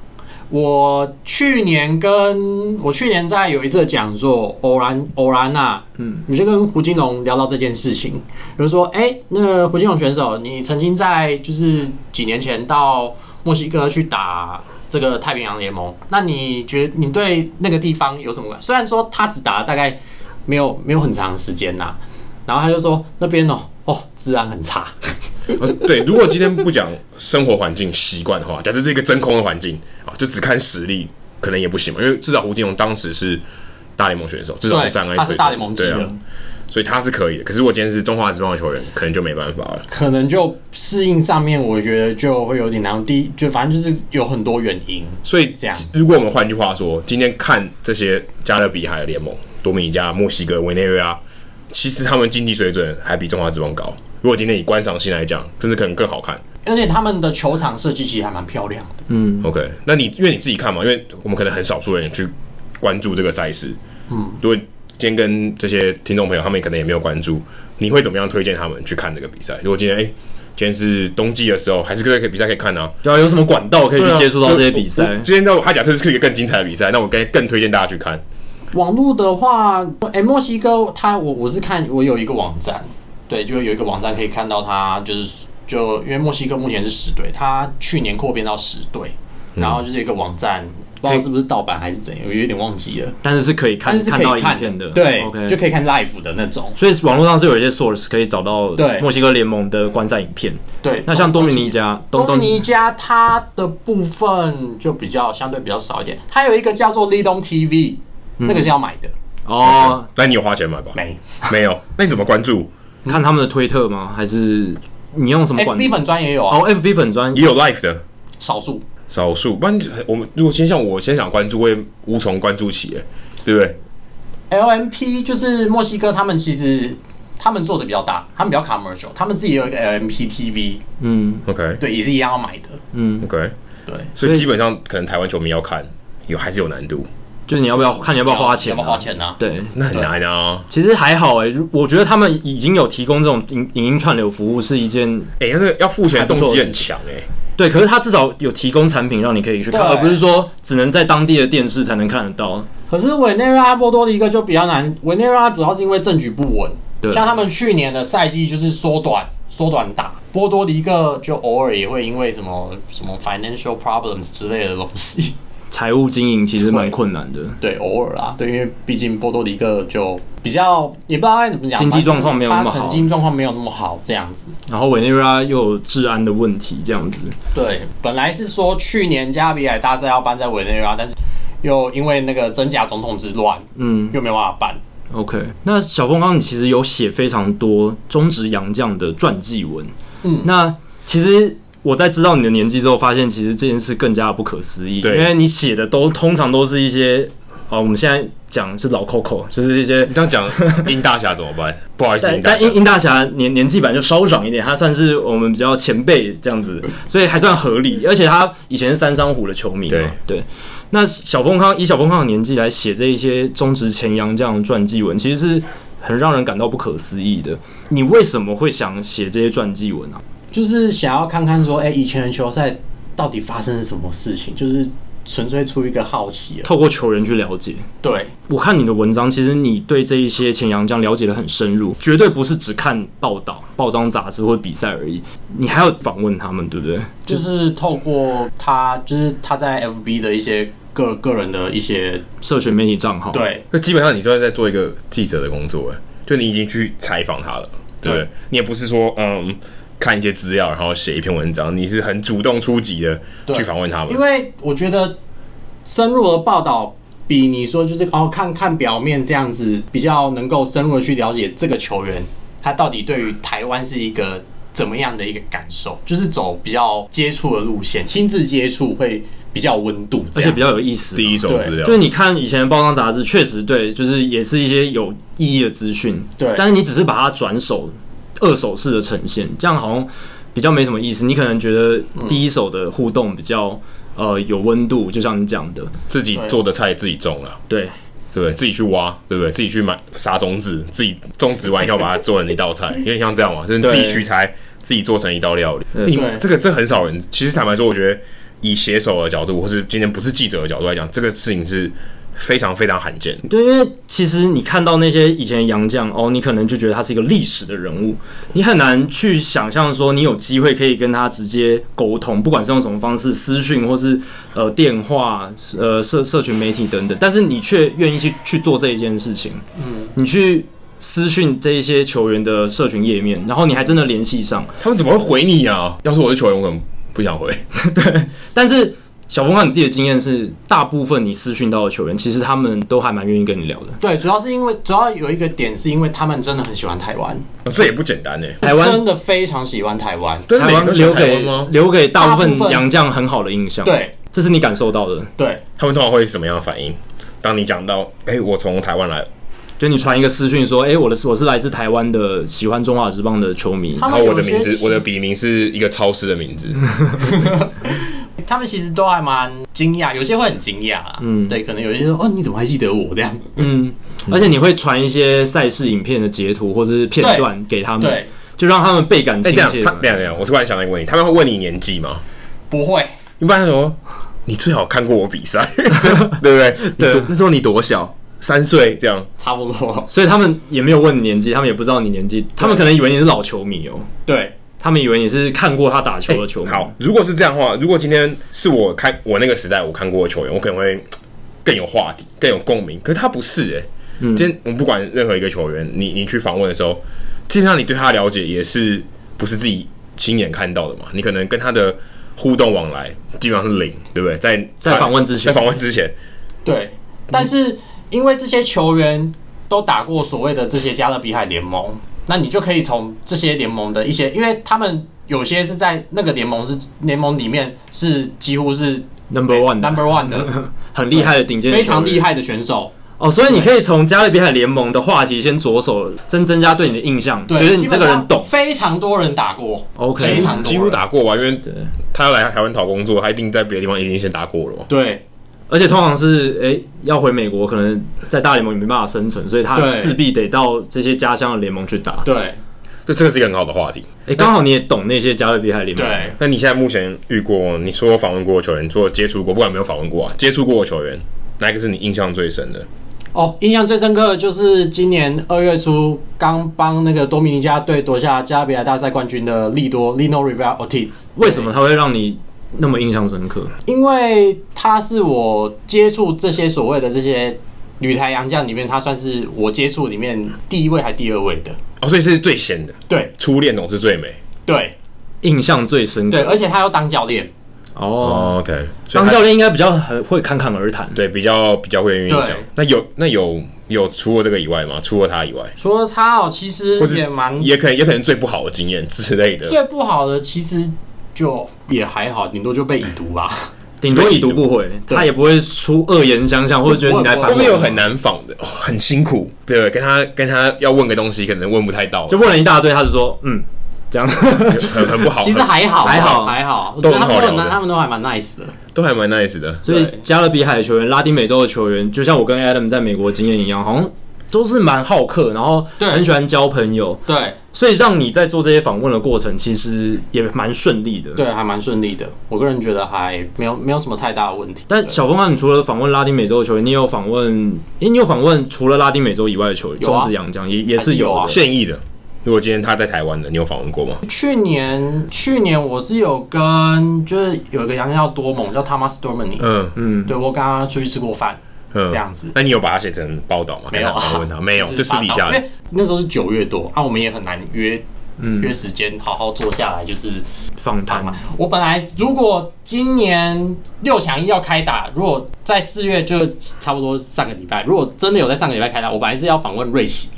D: 我去年跟我去年在有一次的讲座，偶然偶然啊，嗯，我就跟胡金龙聊到这件事情，比如说，哎、那个胡金龙选手，你曾经在就是几年前到墨西哥去打这个太平洋联盟，那你觉得你对那个地方有什么感？虽然说他只打了大概没有没有很长的时间呐、然后他就说那边哦哦治安很差，
B: 呃，对，如果今天不讲生活环境习惯的话，假设是一个真空的环境啊，就只看实力，可能也不行嘛。因为至少胡金龙当时是大联盟选手，至少是
D: 对
B: 三 A 水
D: 他是
B: 准，
D: 大联盟级
B: 对
D: 的。
B: 啊，所以他是可以的。可是我今天是中华职棒的球员，可能就没办法了。
D: 可能就适应上面，我觉得就会有点难。第一，就反正就是有很多原因。
B: 所以
D: 这样
B: 如果我们换句话说，今天看这些加勒比海的联盟，多米尼加、墨西哥、委内瑞拉，其实他们经济水准还比中华职棒高。如果今天以观赏性来讲，甚至可能更好看。
D: 而且他们的球场设计其实还蛮漂亮的，
B: OK，那你因为你自己看嘛，因为我们可能很少数人去关注这个赛事。嗯，如果今天跟这些听众朋友，他们可能也没有关注，你会怎么样推荐他们去看这个比赛？如果今天哎、今天是冬季的时候，还是这个比赛可以看啊？
A: 对啊，有什么管道可以
B: 对
A: 去
B: 啊
A: 接触到这些
B: 就
A: 比
B: 我
A: 赛？
B: 今天到他假设是一个更精彩的比赛，那我更更推荐大家去看。
D: 网络的话，哎、墨西哥它我我是看我有一个网站，对，就有一个网站可以看到它就是就因为墨西哥目前是十队，它去年扩编到十队，
A: 嗯
D: 然后就是有一个网站，不知道是不是盗版还是怎样，我有点忘记了，
A: 但是是可以看
D: 但是
A: 看
D: 可
A: 到
D: 以
A: 影
D: 看
A: 片的，
D: 对就
A: ，OK。
D: 可以看 live 的那种。
A: 所以网络上是有一些 source 可以找到
D: 对
A: 墨西哥联盟的观赛影片。
D: 对，
A: 那像多米尼加，东
D: 多
A: 东
D: 米尼加它的部分就比较相对比较少一点，它有一个叫做 Lidon TV，、
A: 嗯
D: 那个是要买的，
A: 哦，
B: 那你有花钱买吧？
D: 没
B: 没有，那你怎么关注？
A: 看他们的推特吗？还是你用什么管道
D: FB？粉专也有啊，
A: 哦，FB 粉专
B: 也有 life 的
D: 少数
B: 少数，不然我们如果先像我先想关注，我也无从关注起，哎对不对？
D: LMP 就是墨西哥他们其实他们做的比较大，他们比较 commercial，他们自己有一个 LMP TV，
A: 嗯，
B: OK
D: 对，也是一样要买的，
B: OK，
D: 对，
B: 所
A: 所以
B: 以基本上可能台湾球迷要看，有还是有难度，
A: 就是你要不要看你要不要花钱、
D: 要不要花？钱啊？
A: 对，
B: 那很难啊。
A: 其实还好哎、如我觉得他们已经有提供这种影影音串流服务是一件
B: 哎、那个要付钱的动机很强哎、
A: 对，可是他至少有提供产品让你可以去看，
D: 对
A: 而不是说只能在当地的电视才能看得到。
D: 可是委内瑞拉、波多黎各就比较难，委内瑞拉主要是因为政局不稳，
A: 对
D: 像他们去年的赛季就是缩短、缩短打，波多黎各就偶尔也会因为什么什么 financial problems 之类的东西，
A: 财务经营其实蛮困难的，
D: 对，偶尔啦，对，因为毕竟波多黎各就比较也不知道该怎么讲，
A: 经济状况没有那么好
D: 它可能经济状况没有那么好这样子。
A: 然后委内瑞拉又有治安的问题，这样子。
D: 对，本来是说去年加比海大赛要办在委内瑞拉，但是又因为那个真假总统之乱，
A: 嗯
D: 又没有办法办。
A: ，OK。那小凤刚，你其实有写非常多中职洋将的传记文。
D: 嗯
A: 那其实我在知道你的年纪之后，发现其实这件事更加不可思议，
B: 对
A: 因为你写的都通常都是一些。哦，我们现在讲是老 Coco，就是一些
B: 你这样讲， 英大侠怎么办？不好意思，
A: 但但
B: 英大侠
A: 殷殷大侠年年纪版就稍长一点，他算是我们比较前辈这样子，所以还算合理。而且他以前是三商虎的球迷嘛，
B: 对
A: 对。那小丰康以小丰康的年纪来写这一些中职前洋这样的传记文，其实是很让人感到不可思议的。你为什么会想写这些传记文啊？
D: 就是想要看看说，哎、以前的球赛到底发生了什么事情，就是纯粹出于一个好奇了。
A: 透过球员去了解。
D: 对，
A: 我看你的文章，其实你对这一些前洋将了解的很深入，绝对不是只看报道、报章、杂志或者比赛而已，你还要访问他们，对不对？
D: 就是透过他，就是他在 FB 的一些个个人的一些
A: 社群媒体账号，
D: 对
B: 那基本上你就是在做一个记者的工作哎、就你已经去采访他了，对不对？你也不是说嗯看一些资料然后写一篇文章，你是很主动出击的
D: 对
B: 去访问他们
D: 因。为我觉得深入的报道比你说就是哦看看表面这样子比较能够深入的去了解这个球员他到底对于台湾是一个怎么样的一个感受，就是走比较接触的路线，亲自接触会比较有温度这
A: 而
D: 样子，
A: 且比较有意思。
B: 第一手资料
A: 就是你看以前的包装杂志，确实对，就是也是一些有意义的资讯，
D: 对
A: 但是你只是把它转手、二手式的呈现，这样好像比较没什么意思。你可能觉得第一手的互动比较、呃有温度，就像你讲的，
B: 自己做的菜自己种了，
A: 对。
B: 对不对？自己去挖，对不对？自己去买撒种子，自己种植完以后把它做成一道菜，有点像这样嘛，就是自己取材，自己做成一道料理。
A: 对
B: 你
D: 对
B: 这个这很少人，其实坦白说，我觉得以写手的角度，或是今天不是记者的角度来讲，这个事情是非常非常罕见。
A: 对，因为其实你看到那些以前的洋将哦，你可能就觉得他是一个历史的人物，你很难去想象说你有机会可以跟他直接沟通，不管是用什么方式，私讯或是呃电话、呃社社群媒体等等，但是你却愿意去去做这一件事情，嗯，你去。私讯这一些球员的社群页面，然后你还真的联系上，
B: 他们怎么会回你啊？要是我是球员，我可能不想回。
A: 但是小峰看你自己的经验是，大部分你私讯到的球员，其实他们都还蛮愿意跟你聊的。
D: 对，主要是因为主要有一个点是因为他们真的很喜欢台湾，
B: 这也不简单呢、欸
A: 台湾
D: 真的非常喜欢台湾。
B: 对，
A: 台
B: 每个
A: 湾
B: 都喜
A: 留
B: 欢台湾
A: 给
B: 吗？
A: 留给大部
D: 大部
A: 分
D: 分
A: 洋将很好的印象，，
D: 对
A: 这是你感受到的。
D: 对
B: 他们通常会什么样的反应？当你讲到，哎、我从台湾
D: 哦
B: 来，
A: 就你传一个私讯说，哎、我的我是来自台湾的，喜欢中华职棒的球迷，
D: 他
B: 然后
D: 们
B: 我的
D: 有些
B: 名字，
D: 其
B: 我的笔名是一个超市的名字，
D: 他们其实都还蛮惊讶，有些会很惊讶啊。嗯，对，可能有些说哦，你怎么还记得我这样？
A: 嗯，而且你会传一些赛事影片的截图或者是片段给
B: 嗯
A: 他们
D: 对，，
A: 就让他们倍感
B: 哎、
A: 亲
B: 这样，
A: 切
B: 他
A: 嘛。
B: 这样这样，我突然想到一个问题，他们会问你年纪吗？
D: 不会，
B: 一般人说你最好看过我比 赛，对不对？你多那时候你多小？三岁这样，
D: 差不多。
A: 所以他们也没有问你年纪，他们也不知道你年纪，他们可能以为你是老球迷哦、
D: 对，
A: 他们以为你是看过他打球的球迷。
B: 好。如果是这样的话，如果今天是我看我那个时代我看过的球员，我可能会嘖更有话题，更有共鸣。可是他不是哎、
A: 嗯
B: 今天我们不管任何一个球员，你你去访问的时候，基本上你对他的了解也是不是自己亲眼看到的嘛？你可能跟他的互动往来基本上是零，对不对？在
A: 在访问之前
B: 在访问之前，嗯
D: 对，但是因为这些球员都打过所谓的这些加勒比海联盟，那你就可以从这些联盟的一些，因为他们有些是在那个联盟是联盟里面是几乎是
A: Number one 的
D: number one 的
A: 很厉害的顶尖，
D: 非常厉害的选手。
A: 哦，所以你可以从加勒比海联盟的话题先着手，增增加对你的印象，觉
D: 对，
A: 得你这个人懂
D: 基本上。非常多人打过
A: OK
D: 非常多
B: 几乎
D: 人
B: 打过吧，因为他要来台湾讨工作，他一定在别的地方一定先打过了嘛。
D: 对
A: 而且通常是诶、要回美国，可能在大联盟也没办法生存，所以他
D: 对
A: 势必得到这些家乡的联盟去打。
D: 对
B: 这这个是一个很好的话题。
A: 诶，刚、好你也懂那些加勒比海联盟，
D: 对，
B: 那你现在目前遇过你所有访问过的球员，所有接触过，不管有没有访问过啊，接触过的球员，哪一个是你印象最深的？
D: 哦，印象最深刻的就是今年二月初刚帮那个多米尼加队夺下加勒比海大赛冠军的利多 Lino Rivera Ortiz。
A: 为什么他会让你那么印象深刻？
D: 因为他是我接触这些所谓的这些旅台洋将里面，他算是我接触里面第一位还第二位的。
B: 哦，所以是最鲜的，
D: 对
B: 初恋总是最美。
D: 对
A: 印象最深刻
D: 对，而且他要当教练，
A: 哦，
B: 哦，OK，所以
A: 当
B: 他
A: 教练应该比较很会侃侃而谈。
B: 对比较比较会愿意
D: 对
B: 讲。那有那有有除了这个以外吗？除了他以外，
D: 除了他哦，其实
B: 或是
D: 也蛮
B: 也可能也可能最不好的经验之类的。
D: 最不好的，其实就也还好，顶多就被已读吧。
A: 顶多已读不回，
D: 对
A: 他也不会出恶言相向，或者觉得你来
D: 不
A: 反
B: 后
D: 会
B: 面
A: 我。
B: 有很难访的、哦很辛苦，对，跟他跟他要问个东西，可能问不太到，
A: 就问了一大堆，他就说嗯， 这样。
B: 很很不好。
D: 其实还好，
A: 还好
D: 还好，我
B: 都
D: 觉得他
B: 很好
D: 们都很
B: 聊的
D: 他们都还蛮 nice 的。
B: 都还蛮 nice 的。
A: 所以
D: 对
A: 加勒比海的球员、拉丁美洲的球员，就像我跟 Adam 在美国经验一样，好像都是蛮好客，然后
D: 对
A: 很喜欢交朋友，
D: 对
A: 所以让你在做这些访问的过程，其实也蛮顺利的。
D: 对，还蛮顺利的。我个人觉得还没有没有什么太大的问题。
A: 但小峰啊，你除了访问拉丁美洲的球员，你有访问？诶、你有访问除了拉丁美洲以外的球员，
D: 有
A: 中
D: 啊
A: 职洋将也也是有
D: 有啊
A: 的。
B: 现役的，如果今天他在台湾的，你有访问过吗？
D: 去年去年我是有跟就是有一个洋将叫多蒙叫 Thomas Dormany，、
B: 嗯嗯
D: 对我跟他出去吃过饭，
B: 嗯
D: 这样子
B: 那你有把他写成报道吗？
D: 没有
B: 跟他访
A: 啊
B: 问他没有，就私底
D: 发
B: 下
D: 到因。
A: 哎
D: 为那时候是九月多啊，我们也很难约。约时间好好坐下来就是
A: 访谈
D: 谈嘛。我本来如果今年六强一要开打，如果在四月就差不多上个礼拜，如果真的有在上个礼拜开打，我本来是要访问瑞奇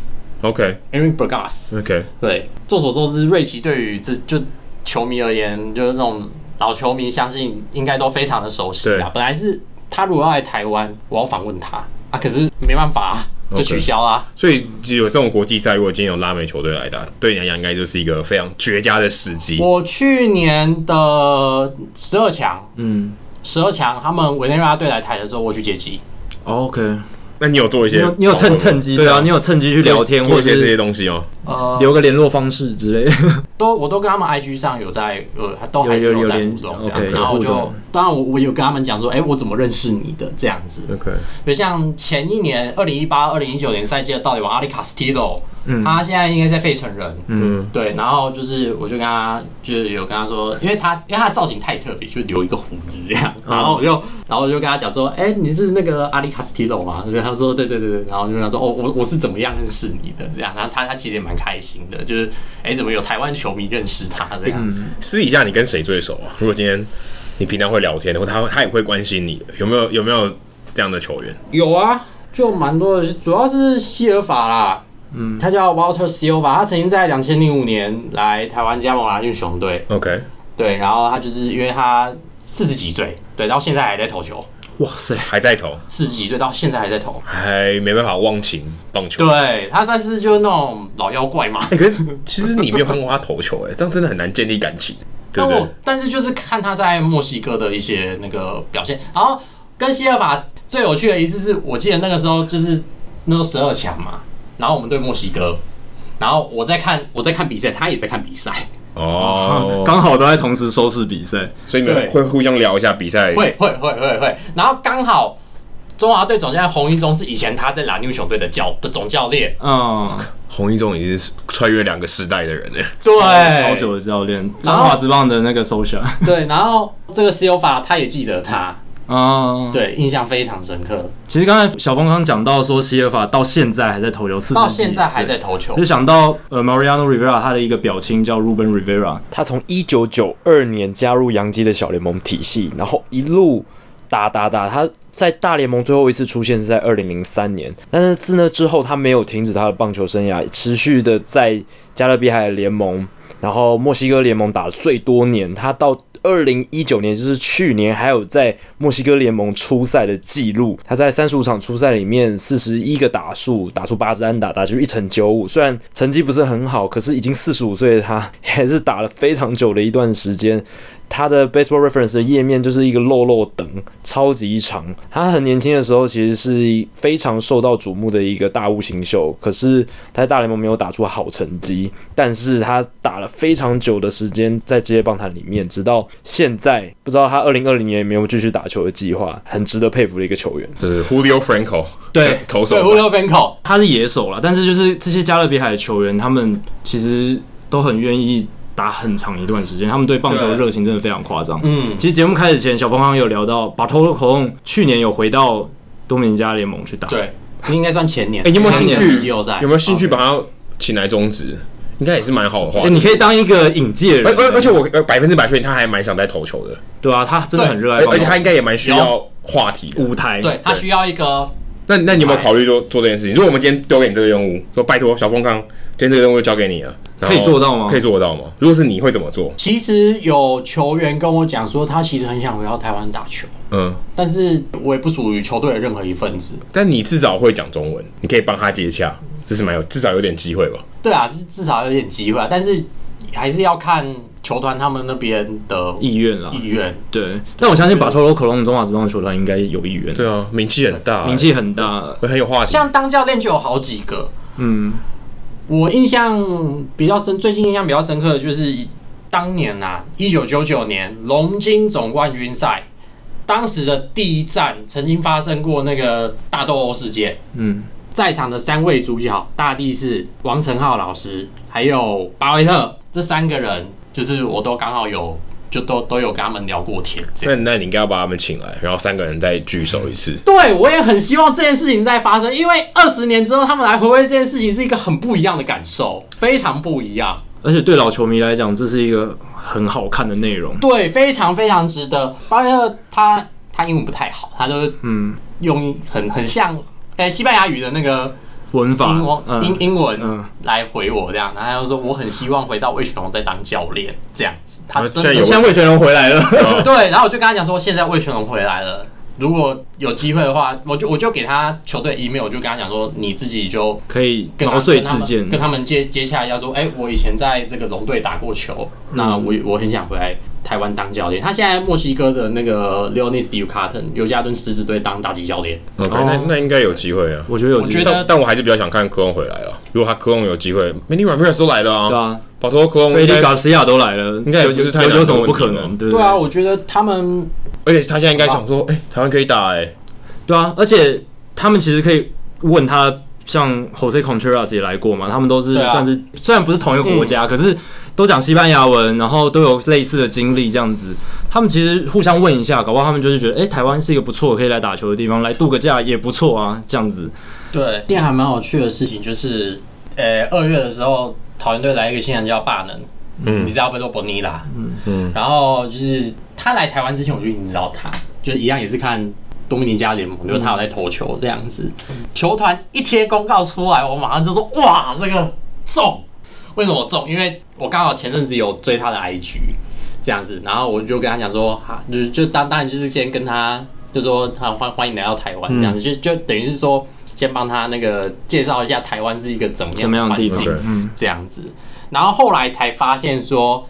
B: OK
D: Aaron Burgas，
B: OK，
D: 对，众所周知，瑞奇对于这就球迷而言，就是那种老球迷，相信应该都非常的熟悉
B: 对
D: 啊。本来是他如果要来台湾，我要访问他啊，可是没办法、啊，就
B: OK
D: 取消啦。
B: 所以有这种国际赛，如果今天有拉美球队来打，对你来讲应该就是一个非常绝佳的时机。
D: 我去年的十二强，
A: 嗯，
D: 十二强他们委内瑞拉队来台的时候，我去接机。
A: 哦 OK，
B: 那你有做一
A: 你
B: 些
A: 有你有趁趁机对啊，你有趁机去聊天，
B: 做
A: 或
B: 一些
A: 者
B: 这
A: 是
B: 些东西哦。
D: 呃，
A: 留个联络方式之类。
D: 都我都跟他们 IG 上有在呃，都还
A: 有
D: 是
A: 有有
D: 在
A: 联
D: 互动这样，
A: OK，有
D: 然后
A: 互
D: 就
A: 动
D: 当然我我有跟他们讲说，哎、我怎么认识你的这样子。
B: OK，
D: 就像前一年二零一八、二零一九年赛季的盗垒王阿里卡斯蒂罗，他现在应该在费城人，嗯，对，然后就是我就跟他就是有跟他说，因为他因为他的造型太特别，就留一个胡子这样，然后我就然后我就跟他讲说，哎、你是那个阿里卡斯蒂罗吗？然后他说对对对对，然后就跟他说哦，我我是怎么样认识你的这样，然后他他其实也蛮开心的，就是哎、怎么有台湾球迷认识他这样子，
B: 私底下你跟谁最熟啊？如果今天你平常会聊天，或他他也会关心你的，有没有有没有这样的球员？
D: 有啊，就蛮多的，主要是希尔法啦。嗯，他叫 Walter Silva，他曾经在两千零五年来台湾加盟蓝运熊队，
B: OK，
D: 对，然后他就是因为他四十几岁，对，到现在还在投球，
A: 哇塞，
B: 还在投，
D: 四十几岁到现在还在投，
B: 还没办法忘情棒球。
D: 对啊他算是就那种老妖怪嘛。
B: 哎、可是其实你没有看过他投球、哎，这样真的很难建立感情，对
D: 但
B: 不
D: 我
B: 对？
D: 但是就是看他在墨西哥的一些那个表现，然后跟希尔法最有趣的一次是我记得那个时候就是那时候十二强嘛，然后我们对墨西哥，然后我在看我在看比赛，他也在看比赛，
B: 哦，
A: 刚好都在同时收视比赛。
B: 所以你们
D: 对
B: 会互相聊一下比赛，
D: 会会会会会，然后刚好。中华队总教练洪一中是以前他在蓝牛熊队的教的总教练，
A: 嗯，
B: 洪一中已经是穿越两个世代的人了。欸
A: 超久的教练，中华职棒的那个 social
D: 对，然后这个 C 法他也记得他，
A: 啊。，
D: 对，印象非常深刻，
A: 其实刚才小峰刚讲到说，希尔法到现在还在投球，40
D: 到
A: 几
D: 现在还
A: 对
D: 在投球
A: 就。想到呃，Mariano Rivera 他的一个表亲叫 Ruben Rivera，
C: 他从一九九二年加入洋基的小联盟体系，然后一路打打打，他在大联盟最后一次出现是在二零零三年，但是自那之后他没有停止他的棒球生涯，持续的在加勒比海联盟，然后墨西哥联盟打了最多年，他到。二零一九年就是去年，还有在墨西哥联盟初赛的记录。他在三十五场初赛里面，四十一个打数，打出八支安打，打出一成九五。虽然成绩不是很好，可是已经四十五岁的他， 还是打了非常久的一段时间。他的 Baseball Reference 的页面就是一个漏漏等，超级长。他很年轻的时候其实是非常受到瞩目的一个大物新秀，可是他在大联盟没有打出好成绩，但是他打了非常久的时间在职业棒坛里面，直到现在不知道他二零二零年有没有继续打球的计划，很值得佩服的一个球员。
B: 就是 Julio Franco，
A: 对
B: 投手
D: 对，
B: 吧，
D: 忽略 f a n c o
A: 他是野手啦，但是就是这些加勒比海的球员，他们其实都很愿意打很长一段时间，他们对棒球的热情真的非常夸张。
D: 嗯
A: 其实节目开始前，小峰刚刚有聊到，把头 o 口 o 去年有回到多米尼加联盟去打，
D: 对，应该算前年。
B: 哎、你有没有兴
D: 前年哦
B: 趣？
D: 季后赛
B: 有没有兴趣把他请来中职？应该也是蛮好的话
A: 哎、。你可以当一个引介
D: 哎
B: 而
A: 人，
B: 而而且我呃百分之百确定他还蛮想在投球的，
A: 对啊，他真的很热爱
B: 而
A: 棒
B: 而且
A: 球
B: 他应该也蛮需要话题的。
A: 舞台，
D: 对他需要一个
B: 那那你有没有
A: 哎
B: 考虑做做这件事情？如果我们今天丢给你这个任务，说拜托小峰康，今天这个任务就交给你了，然后
A: 可以做到吗
B: 可以做得到吗？如果是你会怎么做？
D: 其实有球员跟我讲说，他其实很想回到台湾打球，
B: 嗯，
D: 但是我也不属于球队的任何一份子。
B: 但你至少会讲中文，你可以帮他接洽，这是蛮有至少有点机会吧？
D: 对啊，是至少有点机会啊，但是还是要看球团他们那边的
A: 意愿啦，
D: 意愿。
A: 对。但我相信把头 o 口 o 中华职棒球团应该有意愿，
B: 对啊，名气很大、
A: 名气很大，
B: 会很有话题。
D: 像当教练就有好几个，
A: 嗯，
D: 我印象比较深，最近印象比较深刻的就是当年呐、啊，一九九九年龙金总冠军赛，当时的第一战曾经发生过那个大斗殴事件。
A: 嗯，
D: 在场的三位主角，大地是王成浩老师，还有巴威特这三个人，就是我都刚好有，就都都有跟他们聊过天。这
B: 那
D: 样
B: 那你应该要把他们请来，然后三个人再聚首一次。
D: 对，我也很希望这件事情再发生，因为二十年之后他们来回味这件事情是一个很不一样的感受，非常不一样。
A: 而且对老球迷来讲，这是一个很好看的内容。
D: 对，非常非常值得。巴菲特他他英文不太好，他都
A: 嗯，
D: 用很很像诶、西班牙语的那个
A: 文法
D: 英文、
A: 嗯
D: 英英文
A: 嗯
D: 来回我这样，然后他就说我很希望回到魏全龙再当教练这样子。他
B: 啊
D: 真
B: 现在
D: 的
B: 有
A: 哦现在魏全龙回来了，
D: 对，然后我就跟他讲说，现在魏全龙回来了。如果有机会的话，我就我就给他球队 email，我就跟他讲说，你自己就
A: 可以
D: 跟他
A: 毛遂自荐
D: 跟他们。嗯跟他们接接洽一下，说，哎、我以前在这个龙队打过球，那我我很想回来台台湾当教练，他现在墨西哥的那个 Leonis d u c a t o n 尤加敦狮子队当打击教练。
B: OK，那哎那应该有机会啊。
A: 哦我觉得有
D: 我
A: 机
D: 觉
A: 会。
D: 得
B: 但但我还是比较想看科隆回来了。如果他科隆有机会 m a n y Ramirez 都来了
A: 对
B: 啊，
A: 啊，
B: 保托科隆
A: 菲
B: 应
A: 利
B: 该，
A: ·卡西亚都来了，应
B: 应该也不是太
A: 有
B: 难
A: 有什么
B: 的
A: 不可
B: 问题
A: 能？对不
D: 对啊，我觉得他们
B: 而且他现在应该想
A: 啊
B: 说，哎、台湾可以打哎、
A: 对啊，而且他们其实可以问他，像 Jose Contreras 也来过嘛，他们都是
D: 对啊嗯
A: 算是、虽然不是同一个国家，可是都讲西班牙文，然后都有类似的经历这样子。他们其实互相问一下，搞不好他们就是觉得，哎、台湾是一个不错可以来打球的地方，来度个假也不错啊，这样子。
D: 对，今天还蛮有趣的事情就是，呃，二月的时候，桃园队来一个新人叫霸能，嗯，你知道贝洛博尼拉，嗯嗯，然后就是他来台湾之前，我就已经知道他，就一样也是看。多米尼加联盟，就是他有在投球这样子，球团一贴公告出来，我马上就说哇，这个中！为什么中？因为我刚好前阵子有追他的 IG，这样子，然后我就跟他讲说，哈，就就当当然就是先跟他就说，他欢欢迎来到台湾这样子，
A: 嗯
D: 就就等于是说先帮他那个介绍一下台湾是一个怎么
A: 怎么样的
D: 环
A: 地
D: 境
A: 方
B: OK
D: 这样子，然后后来才发现说。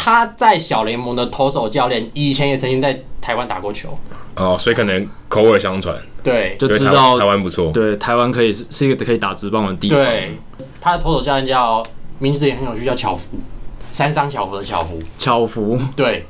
D: 他在小联盟的投手教练以前也曾经在台湾打过球，
B: 哦，所以可能口耳相传，
D: 对，
A: 就知
B: 对台
A: 道
B: 湾台湾不错。
A: 对，台湾可以是是一个可以打直棒的地方。
D: 对，他的投手教练叫名字也很有趣，叫巧福，三商巧福的巧福。
A: 巧福，
D: 对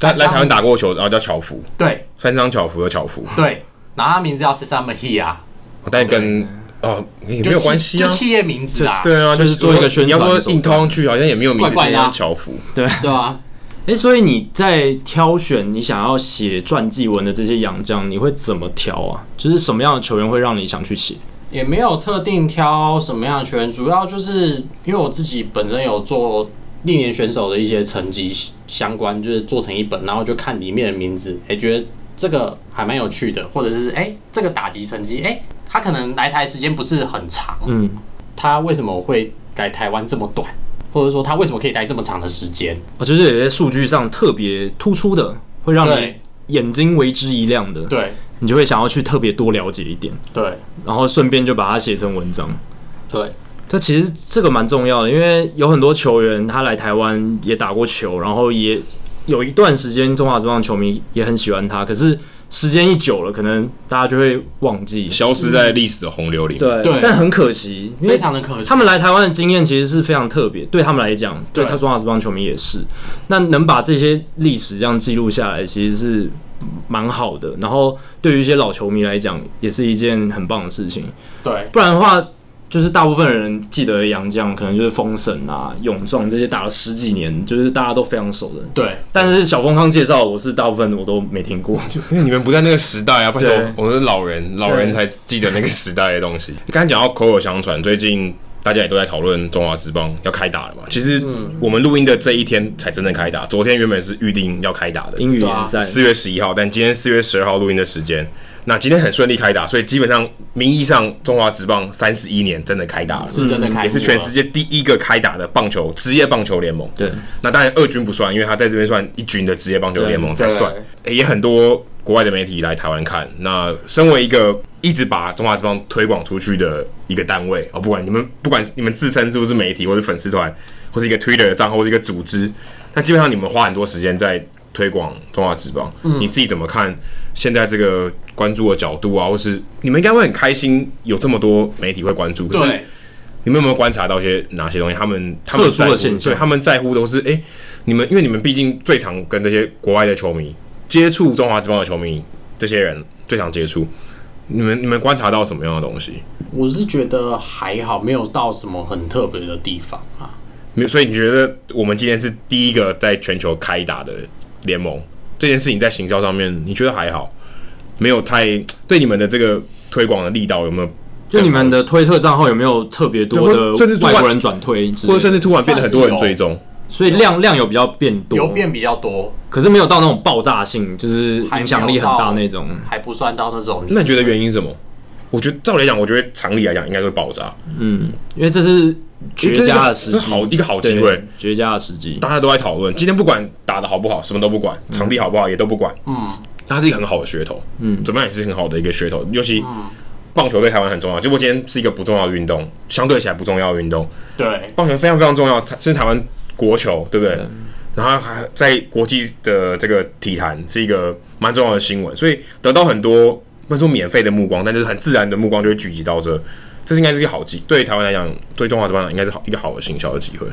B: 他来台湾打过球，然后叫巧福，
D: 对
B: 三张巧福的巧福，
D: 对，然后他名字叫 Sesame He 啊，
B: 但跟哦也
D: 就
B: 没有
D: 企
B: 关系
D: 就
B: 啊。
D: 企业名字啊，
B: 对啊，
A: 就是
B: 是
A: 做一个宣传
B: 你要说硬套上去，好像也没有名字
D: 怪怪的啊
B: 叫巧福。
D: 对啊，
A: 哎、所以你在挑选你想要写传记文的这些洋将，你会怎么挑啊？就是什么样的球员会让你想去写？
D: 也没有特定挑什么样的球员，主要就是因为我自己本身有做历年选手的一些成绩相关，就是做成一本，然后就看里面的名字，哎、觉得这个还蛮有趣的，或者是哎、这个打击成绩，哎、他可能来台时间不是很长，
A: 嗯，
D: 他为什么会来台湾这么短，或者说他为什么可以待这么长的时间？
A: 我觉得哦有些数据上特别突出的，会让你
D: 对
A: 眼睛为之一亮的，
D: 对
A: 你就会想要去特别多了解一点，
D: 对
A: 然后顺便就把它写成文章。
D: 对
A: 这其实这个蛮重要的，因为有很多球员他来台湾也打过球，然后也有一段时间中华职棒球迷也很喜欢他，可是时间一久了，可能大家就会忘记。
B: 消失在历史的洪流里。，
A: 对
D: 对
A: 但很可惜，因为
D: 非常的可惜
A: 他们来台湾的经验其实是非常特别，对他们来讲，对
D: 对
A: 他中华职棒球迷也是。那能把这些历史这样记录下来，其实是蛮好的。然后对于一些老球迷来讲，也是一件很棒的事情。
D: 对
A: 不然的话，就是大部分人记得杨绛，可能就是封神啊、勇壮这些打了十几年，就是大家都非常熟的。
D: 对
A: 但是小峰康介绍，我是大部分我都没听过。
B: 因为你们不在那个时代啊，拜托
A: 对，
B: 我们是老人，老人才记得那个时代的东西。刚才讲到口耳相传，最近大家也都在讨论中华职棒要开打了嘛。其实
A: 嗯
B: 我们录音的这一天才真正开打，昨天原本是预定要开打的，
A: 英语
D: 对啊
A: 联赛，
B: 四月十一号，但今天四月十二号录音的时间。那今天很顺利开打，所以基本上名义上中华职棒三十一年真的开打了，
D: 是真的开幕了
B: 也是全世界第一个开打的棒球职业棒球联盟。
A: 对，
B: 那当然二军不算，因为他在这边算一军的职业棒球联盟才
D: 对
B: 算。诶也很多国外的媒体来台湾看。那身为一个一直把中华之邦推广出去的一个单位哦，不管你们不管你们自称是不是媒体，或是粉丝团，或是一个 Twitter 的账号，或是一个组织，那基本上你们花很多时间在推广中华之邦。你自己怎么看现在这个关注的角度啊，或是你们应该会很开心有这么多媒体会关注，可是
D: 对
B: 你们有没有观察到一些哪些东西？他们他们
A: 特殊的
B: 在乎
A: 现象
B: 对，他们在乎都是哎、诶你们因为你们毕竟最常跟这些国外的球迷接触，中华职棒的球迷这些人最常接触。你们你们观察到什么样的东西？
D: 我是觉得还好，没有到什么很特别的地方啊。
B: 没有所以你觉得我们今天是第一个在全球开打的联盟，这件事情在行销上面，你觉得还好？没有太对你们的这个推广的力道有没有？
A: 就你们的推特账号有没有特别多
B: 对
A: 的
B: 或甚至突
A: 外
B: 然
A: 国人转推之类的，
B: 或者甚至突然变得很多人
D: 算是
B: 追
D: 有
B: 踪？
A: 所以量量有比较变多，
D: 有变比较多，
A: 可是没有到那种爆炸性，就是影响力很大那种。
D: 还不算到那种。
B: 那你觉得原因是什么？我觉得照理讲，我觉得常理来讲应该会爆炸。
A: 嗯，因为这是绝佳的时机，
B: 哎这是好一个好机
A: 对
B: 会，
A: 绝佳的时机。
B: 大家都在讨论。今天不管打的好不好，什么都不管，
A: 嗯
B: 场地好不好也都不管。嗯，它是一个很好的噱头。嗯，怎么样也是很好的一个噱头，尤其。
A: 嗯
B: 棒球对台湾很重要，结果今天是一个不重要的运动，相对起来不重要的运动。
D: 对
B: 棒球非常非常重要，它是台湾国球，对不对？然后还在国际的这个体坛是一个蛮重要的新闻，所以得到很多不能说免费的目光，但就是很自然的目光就会聚集到这，这是应该是一个好机，对台湾来讲，对中华职棒来讲应该是好一个好的行销的机会。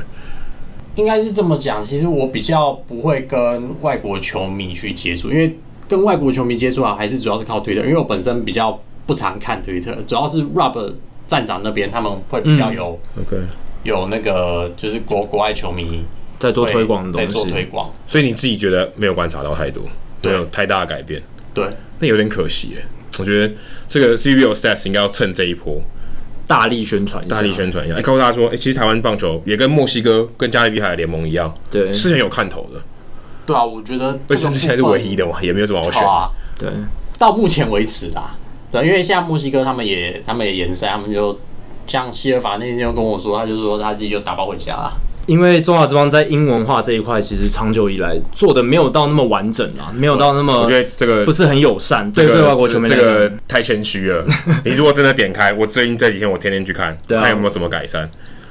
D: 应该是这么讲，其实我比较不会跟外国球迷去接触，因为跟外国球迷接触啊，还是主要是靠推特，因为我本身比较不常看推特，主要是 Rob 站长那边他们会比较
A: 嗯
D: 有、
B: OK，
D: 有那个就是国国外球迷
A: 在做推广的
D: 在
A: 东
D: 做推
A: 西。
D: 广，
B: 所以你自己觉得没有观察到太多，没有太大的改变，
D: 对，
B: 那有点可惜耶。我觉得这个 CBO Stats 应该要趁这一波
A: 大力宣传一下，
B: 大力宣传一下，哎、告诉大家说，哎、其实台湾棒球也跟墨西哥、跟加勒比海的联盟一样，
A: 对
B: 是很有看头的，
D: 对啊，我觉得
B: 而且现在是唯一的嘛，也没有什么好选的。
D: 啊，
A: 对，
D: 到目前为止啦，对，因为现在墨西哥他们也他们也延赛，他们就像希尔法那天就跟我说，他就说他自己就打包回家啦。
A: 因为中华之邦在英文化这一块，其实长久以来做的没有到那么完整啊，没有到那么
B: 我觉得这个
A: 不是很友善，这
B: 这
A: 个
B: 个
A: 对外国球迷
B: 这
A: 来
B: 个
A: 讲
B: 太谦虚 了。你如果真的点开，我最近这几天我天天去看，
A: 对啊
B: 看有没有什么改善。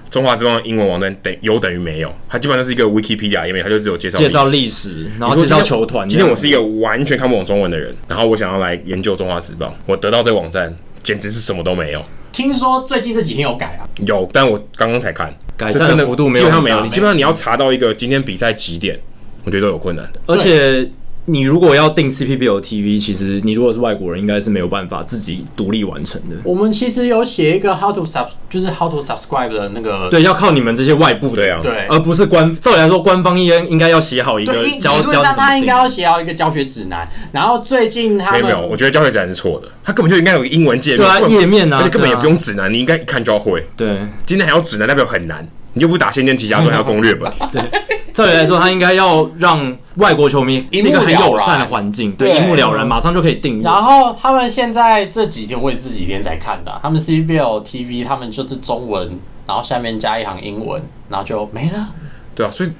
B: 中华之邦的英文网站等有等于没有，它基本上就是一个 Wikipedia 页面，它就只有介绍
A: 介绍
B: 史
A: 历史，然后介绍球团。
B: 今天我是一个完全看不懂中文的人，然后我想要来研究中华职棒，我得到这个网站简直是什么都没有。
D: 听说最近这几天有改啊，
B: 有，但我刚刚才看，
A: 改
B: 这
A: 善
B: 真
A: 的
B: 的
A: 幅度没
B: 基
A: 有
B: 本
A: 很
B: 上
A: 大
B: 没有。你基本上你要查到一个今天比赛几点，我觉得都有困难的。
A: 而且你如果要订 CPBL TV，其实你如果是外国人，应该是没有办法自己独立完成的。
D: 我们其实有写一个 how to sub，就是 how to subscribe 的那个，
A: 对，要靠你们这些外部的，
B: 对啊，
D: 对
A: 而不是官。照理来说，官方应该应该要写好一个
D: 对，理
A: 教教
D: 理论
A: 你
D: 上
A: 怎么
D: 他应该要
A: 订。
D: 写到一个教学指南。然后最近他
B: 没
D: 们
B: 有没有，我觉得教学指南是错的，它根本就应该有英文界面，
A: 对啊
B: 根本
A: 页面啊
B: 而且根本
A: 对啊
B: 也不用指南，你应该一看就要会。
A: 对，
B: 今天还要指南，代表很难。你就不打《仙剑奇侠 传》还有攻略本，
A: 照理来说，他应该要让外国球迷是一个很友善的环境，对，
D: 对
A: 一目了然，马上就可以订阅。
D: 然后他们现在这几天，我也这几天才看的啊、他们 CBL TV 他们就是中文，然后下面加一行英文，然后就没了。
B: 对啊，所以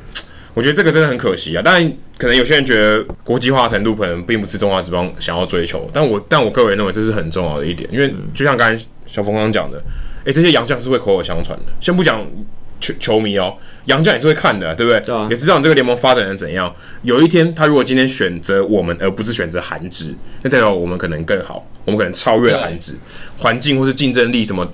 B: 我觉得这个真的很可惜啊。当然，可能有些人觉得国际化程度可能并不是中华职棒想要追求，但我但我个人认为这是很重要的一点，因为就像刚才小峰刚刚讲的，哎、这些洋将是会口口相传的。先不讲球球迷哦，洋将也是会看的，对不对？
A: 对啊
B: 也知道你这个联盟发展成怎样。有一天，他如果今天选择我们，而不是选择韩职，那代表我们可能更好，我们可能超越了韩职，环境或是竞争力什么。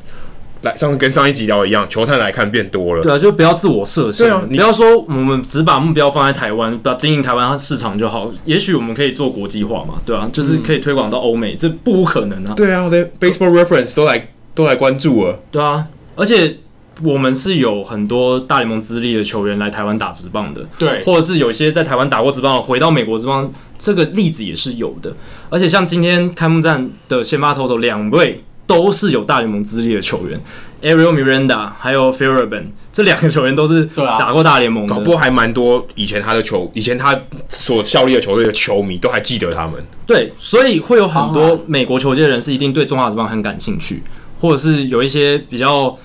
B: 来，上次跟上一集聊的一样，球探来看变多了，
A: 对啊，就不要自我设限。
B: 对啊
A: 不
B: 你
A: 要说我们只把目标放在台湾，把经营台湾市场就好。也许我们可以做国际化嘛，对啊，
B: 嗯
A: 就是可以推广到欧美，这不无可能啊。
B: 对啊，连 Baseball Reference 都来都来关注了。
A: 对啊，而且我们是有很多大联盟资历的球员来台湾打职棒的，
D: 对
A: 或者是有一些在台湾打过职棒的回到美国职棒，这个例子也是有的。而且像今天开幕战的先发投手两位都是有大联盟资历的球员，Ariel Miranda 还有 f a r a b a n 这两个球员都是
D: 对啊
A: 打过大联盟的，
B: 搞不好还蛮多以前他的球，以前他所效力的球队的球迷都还记得他们。
A: 对，所以会有很
D: 当
A: 多
D: 然
A: 美国球界人士一定对中华职棒很感兴趣，或者是有一些比较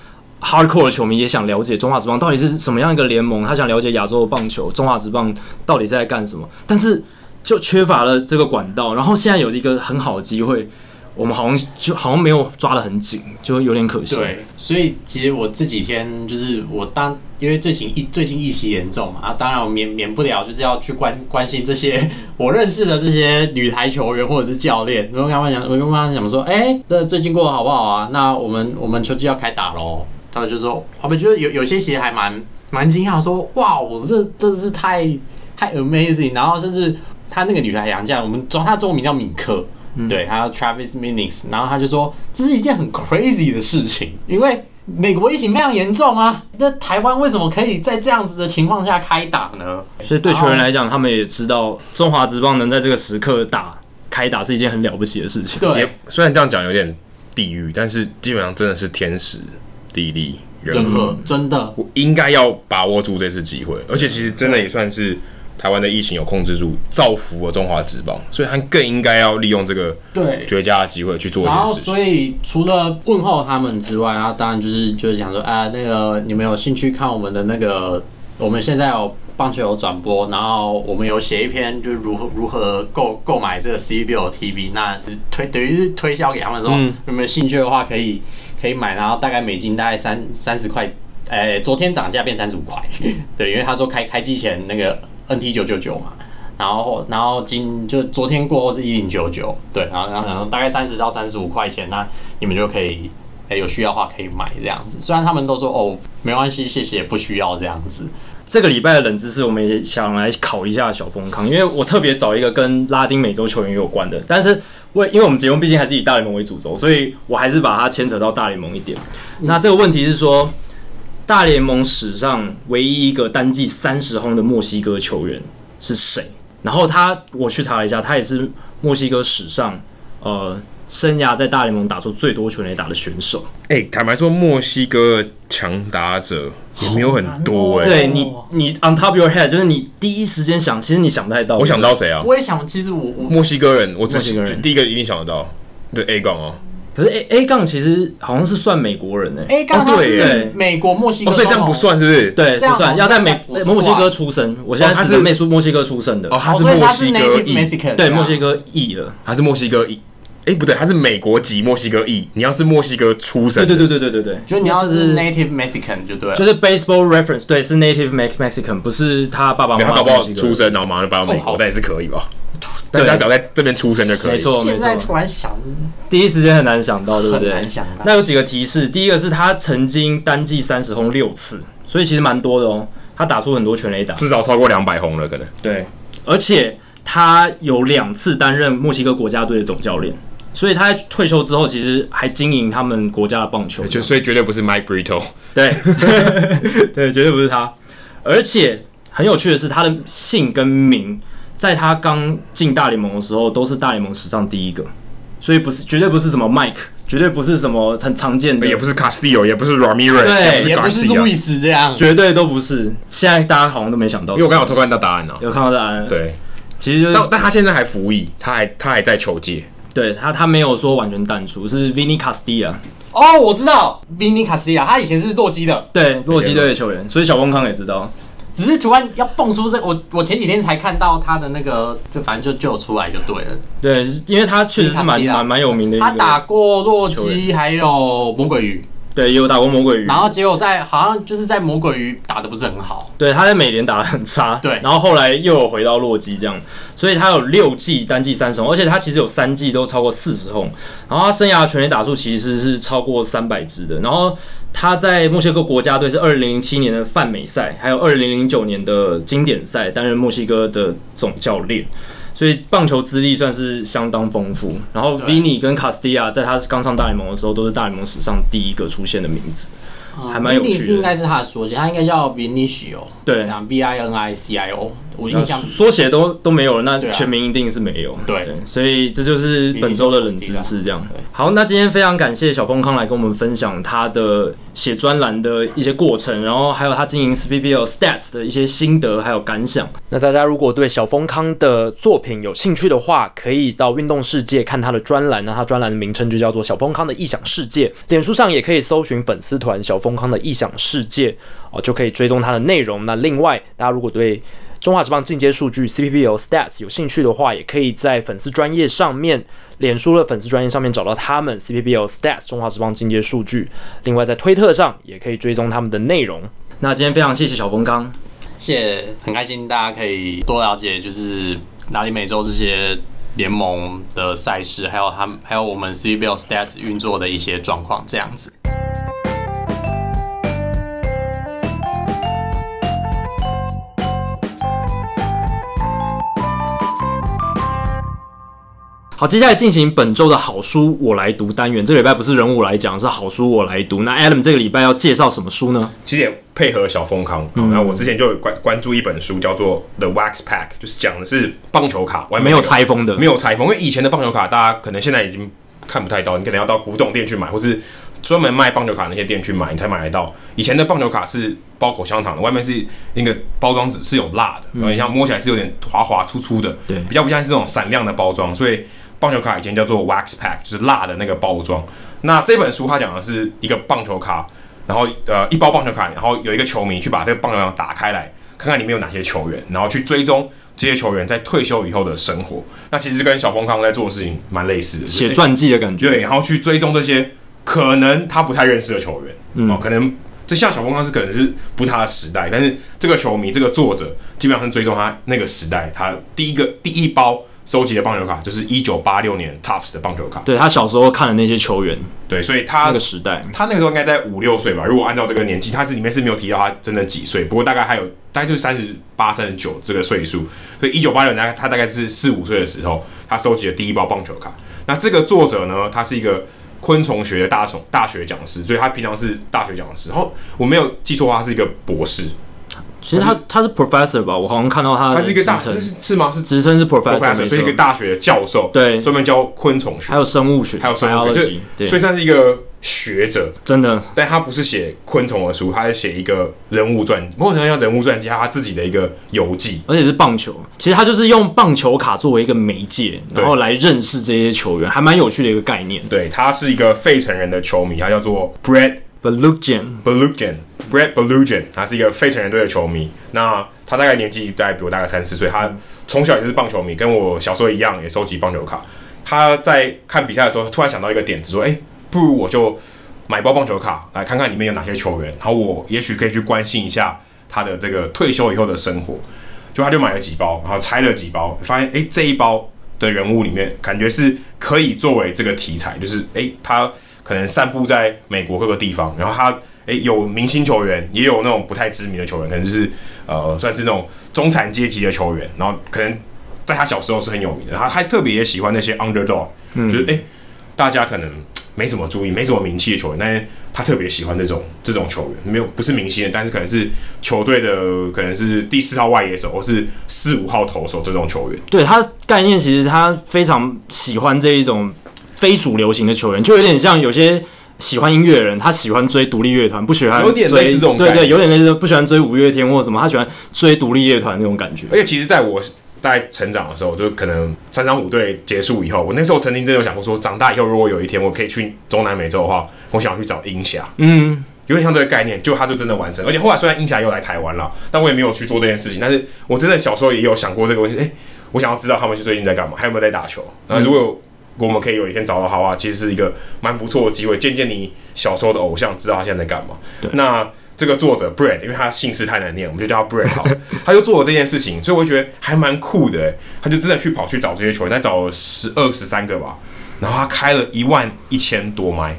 A: hardcore 的球迷也想了解中华职棒到底是什么样一个联盟，他想了解亚洲的棒球，中华职棒到底在干什么，但是就缺乏了这个管道。然后现在有一个很好的机会，我们好像就好像没有抓得很紧，就有点可惜。
D: 对，所以其实我这几天就是我当因为最近疫最近疫情严重嘛，啊，当然我免免不了就是要去关关心这些我认识的这些女台球员或者是教练，我跟他们讲，我跟他们讲说，哎、这最近过得好不好啊？那我们我们秋季要开打喽。他们就说，他们就是有有些其实还蛮蛮惊讶，说哇，我这真的是太太 amazing，然后甚至他那个女孩洋将，我们中她中文名叫米克，
A: 嗯
D: 对，她叫 Travis Minix，然后他就说这是一件很 crazy 的事情，因为美国疫情非常严重啊，那台湾为什么可以在这样子的情况下开打呢？
A: 所以对球员来
D: 啊
A: 讲，他们也知道中华职棒能在这个时刻打开打是一件很了不起的事情。
D: 对
B: 也，虽然这样讲有点地狱，但是基本上真的是天时地利人
D: 人
B: 和，
D: 和真的
B: 我应该要把握住这次机会。而且其实真的也算是台湾的疫情有控制住，造福了中华职棒，所以他更应该要利用这个
D: 对。
B: 绝佳的机会去做一
D: 然后，
B: 些事情
D: 所。以除了问候他们之外，然啊后当然就是就是想说，啊，那个你们有兴趣看我们的那个，我们现在有棒球有转播，然后我们有写一篇就是如何如何购购买这个 CBL TV，那推等于是推销给他们说，
B: 嗯
D: 有没有兴趣的话可以可以买，然后大概美金大概哎 三三十块。呃，昨天涨价变三十五块，对，因为他说开开机前那个 NT 九九九嘛，然后然后今就昨天过后是一零九九，对，然后然后然后大概三十到三十五块钱，那你们就可以。哎、有需要的话可以买这样子，虽然他们都说哦没关系，谢谢，不需要这样子。
A: 这个礼拜的冷知识，我们也想来考一下小丰康，因为我特别找一个跟拉丁美洲球员有关的，但是为因为我们节目毕竟还是以大联盟为主轴，所以我还是把它牵扯到大联盟一点。
B: 嗯
A: 那这个问题是说，大联盟史上唯一一个单季三十轰的墨西哥球员是谁？然后他我去查了一下，他也是墨西哥史上呃生涯在大联盟打出最多全垒打的选手。
B: 哎、坦白说，墨西哥强打者也没有很多
D: 哦
B: 哎、
A: 对你，你 on top your head 就是你第一时间想，其实你想不太到。
B: 我想到谁啊？
D: 我也想，其实我我
B: 墨西哥人，我自
A: 墨西
B: 己
A: 哥人
B: 第一个一定想得到，对 A 杠哦，
A: 可是 A A 杠其实好像是算美国人哎、
D: A 杠
B: 哦
D: 他
B: 对
A: 耶
D: 是美国墨西哥
B: 哦，
D: 总统、
B: 所以这样不算是不是？，
A: 对，
D: 这样
A: 不算，
D: 好像
A: 要在美呃
D: 不算
A: 墨西哥出生。我现在
B: 哦他
A: 只
B: 是
A: 能妹墨西哥出生的，
B: 哦，他
D: 哦，
B: 是
D: 所以
B: 墨
D: 他
B: 西
D: 是
B: 哥
D: native
B: 裔，
A: 对
D: Mexican，这样
A: 墨西哥裔了。
B: 他是墨西哥裔，哎、不对，他是美国籍墨西哥裔，你要是墨西哥出生
A: 对对
B: 的，
A: 对对对对对，
D: 就是你要
A: 就是
D: 是 native Mexican 就对了
A: 就是 baseball reference，对，是 native Mex Mexican，不是他爸爸
B: 没
A: 妈
B: 有他
A: 妈
B: 搞
A: 是墨
B: 不好
A: 西哥人
B: 出生，然后马上搬到美国，
D: 哦好
B: 但也是可以吧？但他只要在这边出生就可
A: 没
B: 以。
A: 错没
D: 现在
A: 错，
D: 突然想，
A: 第一时间很难想到，对不对？
D: 很难想到
A: 那有几个提示，第一个是他曾经单季三十轰六次，所以其实蛮多的哦。他打出很多全垒打，
B: 至少超过两百红了，可能。
A: 对，而且他有两次担任墨西哥国家队的总教练，所以他在退休之后其实还经营他们国家的棒球。
B: 就所以绝对不是 Mike Brito，
A: 对， 对，绝对不是他。而且很有趣的是，他的姓跟名，在他刚进大联盟的时候，都是大联盟史上第一个，所以不是绝对不是什么 Mike，绝对不是什么很常见的，
B: 哎也不是 Castillo，也不是 Ramirez，
A: 对
B: 也
D: 也
B: 不
D: 不
B: 哎是
D: 是
B: Garcia。
D: 路易
B: 因
D: 斯这样，
A: 绝对都不是。现在大家好像都没想到，
B: 为
A: 有
B: 我刚好偷看到答案了、
A: 看到答案？，
B: 对，
A: 其实就是
B: 但但他现在还服役，他还他还在球界。
A: 对他他没有说完全淡出，是 Vinny Castilla，
D: 哦，我知道 Vinny Castilla，他以前是洛基的，
A: 对，洛基队的球员，所以小翁康也知道。
D: 只是突然要蹦出这，我我前几天才看到他的那个，就反正就就有出来就对了。
A: 对，因为他确实是蛮啊
D: Vinny Castilla
A: 蛮蛮有名的一
D: 他打
A: 个，
D: 过洛
A: 球
D: 基，还有魔鬼鱼，
A: 对，也有打过魔鬼鱼，
D: 然后结果在好像就是在魔鬼鱼打的不是很好，
A: 对，他在美联打得很差，
D: 对
A: 然后后来又有回到洛基这样，所以他有六季单季三十轰，而且他其实有三季都超过四十轰，然后他生涯全垒打数其实是超过三百支的，然后他在墨西哥国家队是二零零七年的泛美赛，还有二零零九年的经典赛担任墨西哥的总教练。所以棒球资历算是相当丰富，然后 Vini 跟 Castilla 在他刚上大联盟的时候都是大联盟史上第一个出现的名字，还蛮有
D: Vinny 哦是
A: 趣
D: 应
A: 的。
D: 该是他的缩写，他应该叫 Vinicio，
A: 对
D: 这，样 V I N I C I O，我印象
A: 呃缩写都都没有了，那
D: 对啊
A: 全名一定是没有。
D: 对
A: 所以这就是本周的冷知识。这样
D: 对，
A: 好，那今天非常感谢小丰康来跟我们分享他的写专栏的一些过程，然后还有他经营 SPBL Stats 的一些心得还有感想。
E: 那大家如果对小丰康的作品有兴趣的话，可以到运动世界看他的专栏。那他专栏的名称就叫做“小丰康的异想世界”。脸书上也可以搜寻粉丝团“小丰康的异想世界”，哦，就可以追踪他的内容。那另外，大家如果对中华职棒进阶数据 CPBL Stats 有兴趣的话，也可以在粉丝专业上面，脸书的粉丝专业上面找到他们 CPBL Stats 中华职棒进阶数据。另外，在推特上也可以追踪他们的内容。
A: 那今天非常谢谢小丰康，
D: 谢谢，很开心大家可以多了解，就是拉丁美洲这些联盟的赛事，还有他们，还有我们 CBL Stats 运作的一些状况，这样子。
A: 好，接下来进行本周的好书我来读单元。这个礼拜不是人物来讲，是好书我来读。那 Adam 这个礼拜要介绍什么书呢？
B: 其实也配合小丰康。
A: 嗯
B: 好那、我之前就有关关注一本书，叫做《The Wax Pack》，就是讲的是棒球卡，我还
A: 没有拆封的，
B: 没有拆封，因为以前的棒球卡大家可能现在已经看不太到，你可能要到古董店去买，或是专门卖棒球卡那些店去买，你才买得到。以前的棒球卡是包口香糖的，外面是那个包装纸是有蜡的，然后你像摸起来是有点滑滑粗粗的，
A: 嗯对
B: 比较不像是这种闪亮的包装，所以。棒球卡以前叫做 wax pack，就是蜡的那个包装。那这本书它讲的是一个棒球卡，然后呃一包棒球卡，然后有一个球迷去把这个棒球卡打开来，看看里面有哪些球员，然后去追踪这些球员在退休以后的生活。那其实跟小丰康在做的事情蛮类似的，
A: 写传记的感觉。
B: 对，然后去追踪这些可能他不太认识的球员，哦，可能这下小风浪是可能是不是他的时代，但是这个球迷这个作者基本上是追踪他那个时代，他第一个第一包收集的棒球卡就是一九八六年 Tops 的棒球卡，
A: 对他小时候看的那些球员，
B: 对，所以他
A: 那个时代，
B: 他那个时候应该在五六岁吧，如果按照这个年纪，他是里面是没有提到他真的几岁，不过大概还有大概就是三十八、三十九这个岁数，所以一九八六年他大概是四五岁的时候，他收集了第一包棒球卡。那这个作者呢，他是一个昆虫学的大虫大学讲师，所以他平常是大学讲师，然后我没有记错的话，他是一个博士，
A: 其实他他是 professor 吧，我好像看到他
B: 他
A: 的
B: 是一
A: 职
B: 个大
A: 呃称，
B: 是是吗？是
A: 职称是 professor，
B: professor，
A: 没
B: 所以一个
A: 错，
B: 大学的教授，
A: 对
B: 专门教昆虫学
A: 还，有生物学，
B: 还有生物
A: biology，
B: 学，就所以
A: 对，
B: 算是一个学者。
A: 真的
B: 但他不是写昆虫的书，他是写一个人物传，某种程度上人物传记，他自己的一个游记。
A: 而且是棒球，其实他就是用棒球卡作为一个媒介，
B: 对
A: 然后来认识这些球员，还蛮有趣的一个概念。
B: 对他是一个费城人的球迷，他叫做 Brad
A: But Luke Jen，
B: Belugian。Brad Belugian，他是一个费城人队的球迷。那他大概年纪大概比我大概三四岁，他从小也就是棒球迷，跟我小时候一样也收集棒球卡。他在看比赛的时候，突然想到一个点子，说：“哎、不如我就买包棒球卡来看看里面有哪些球员，然后我也许可以去关心一下他的这个退休以后的生活。”就他就买了几包，然后拆了几包，发现哎、诶这一包的人物里面，感觉是可以作为这个题材，就是哎、诶他可能散布在美国各个地方，然后他哎、诶有明星球员，也有那种不太知名的球员，可能就是呃算是那种中产阶级的球员，然后可能在他小时候是很有名的，他还特别也喜欢那些 underdog，、就是哎、诶大家可能。没什么注意，没什么名气的球员，但是他特别喜欢这种这种球员，没有不是明星的，但是可能是球队的，可能是第四号外野手或是四五号投手这种球员。
A: 对他概念其实他非常喜欢这一种非主流型的球员，就有点像有些。喜欢音乐的人，他喜欢追独立乐团，不喜欢
B: 有点类似
A: 追
B: 这种
A: 对
B: 概
A: 对，
B: 念
A: 有点类似不喜欢追五月天或者什么，他喜欢追独立乐团那种感觉。
B: 而且其实在我在成长的时候，就可能三三五队结束以后，我那时候曾经真的有想过说，长大以后如果有一天我可以去中南美洲的话，我想要去找鹰侠，
A: 嗯，
B: 有点像这个概念，就他就真的完成。而且后来虽然鹰侠又来台湾了，但我也没有去做这件事情。但是我真的小时候也有想过这个问题，哎、我想要知道他们最近在干嘛，还有没有在打球。那如果我们可以有一天找到他的话，其实是一个蛮不错的机会，见见你小时候的偶像，知道他现在在干嘛。那这个作者 Brad，因为他姓氏太难念，我们就叫他 Brad 好了，他就做了这件事情，所以我觉得还蛮酷的欸。他就真的去跑去找这些球员，他找了十二十三个吧，然后他开了一万一千多麦，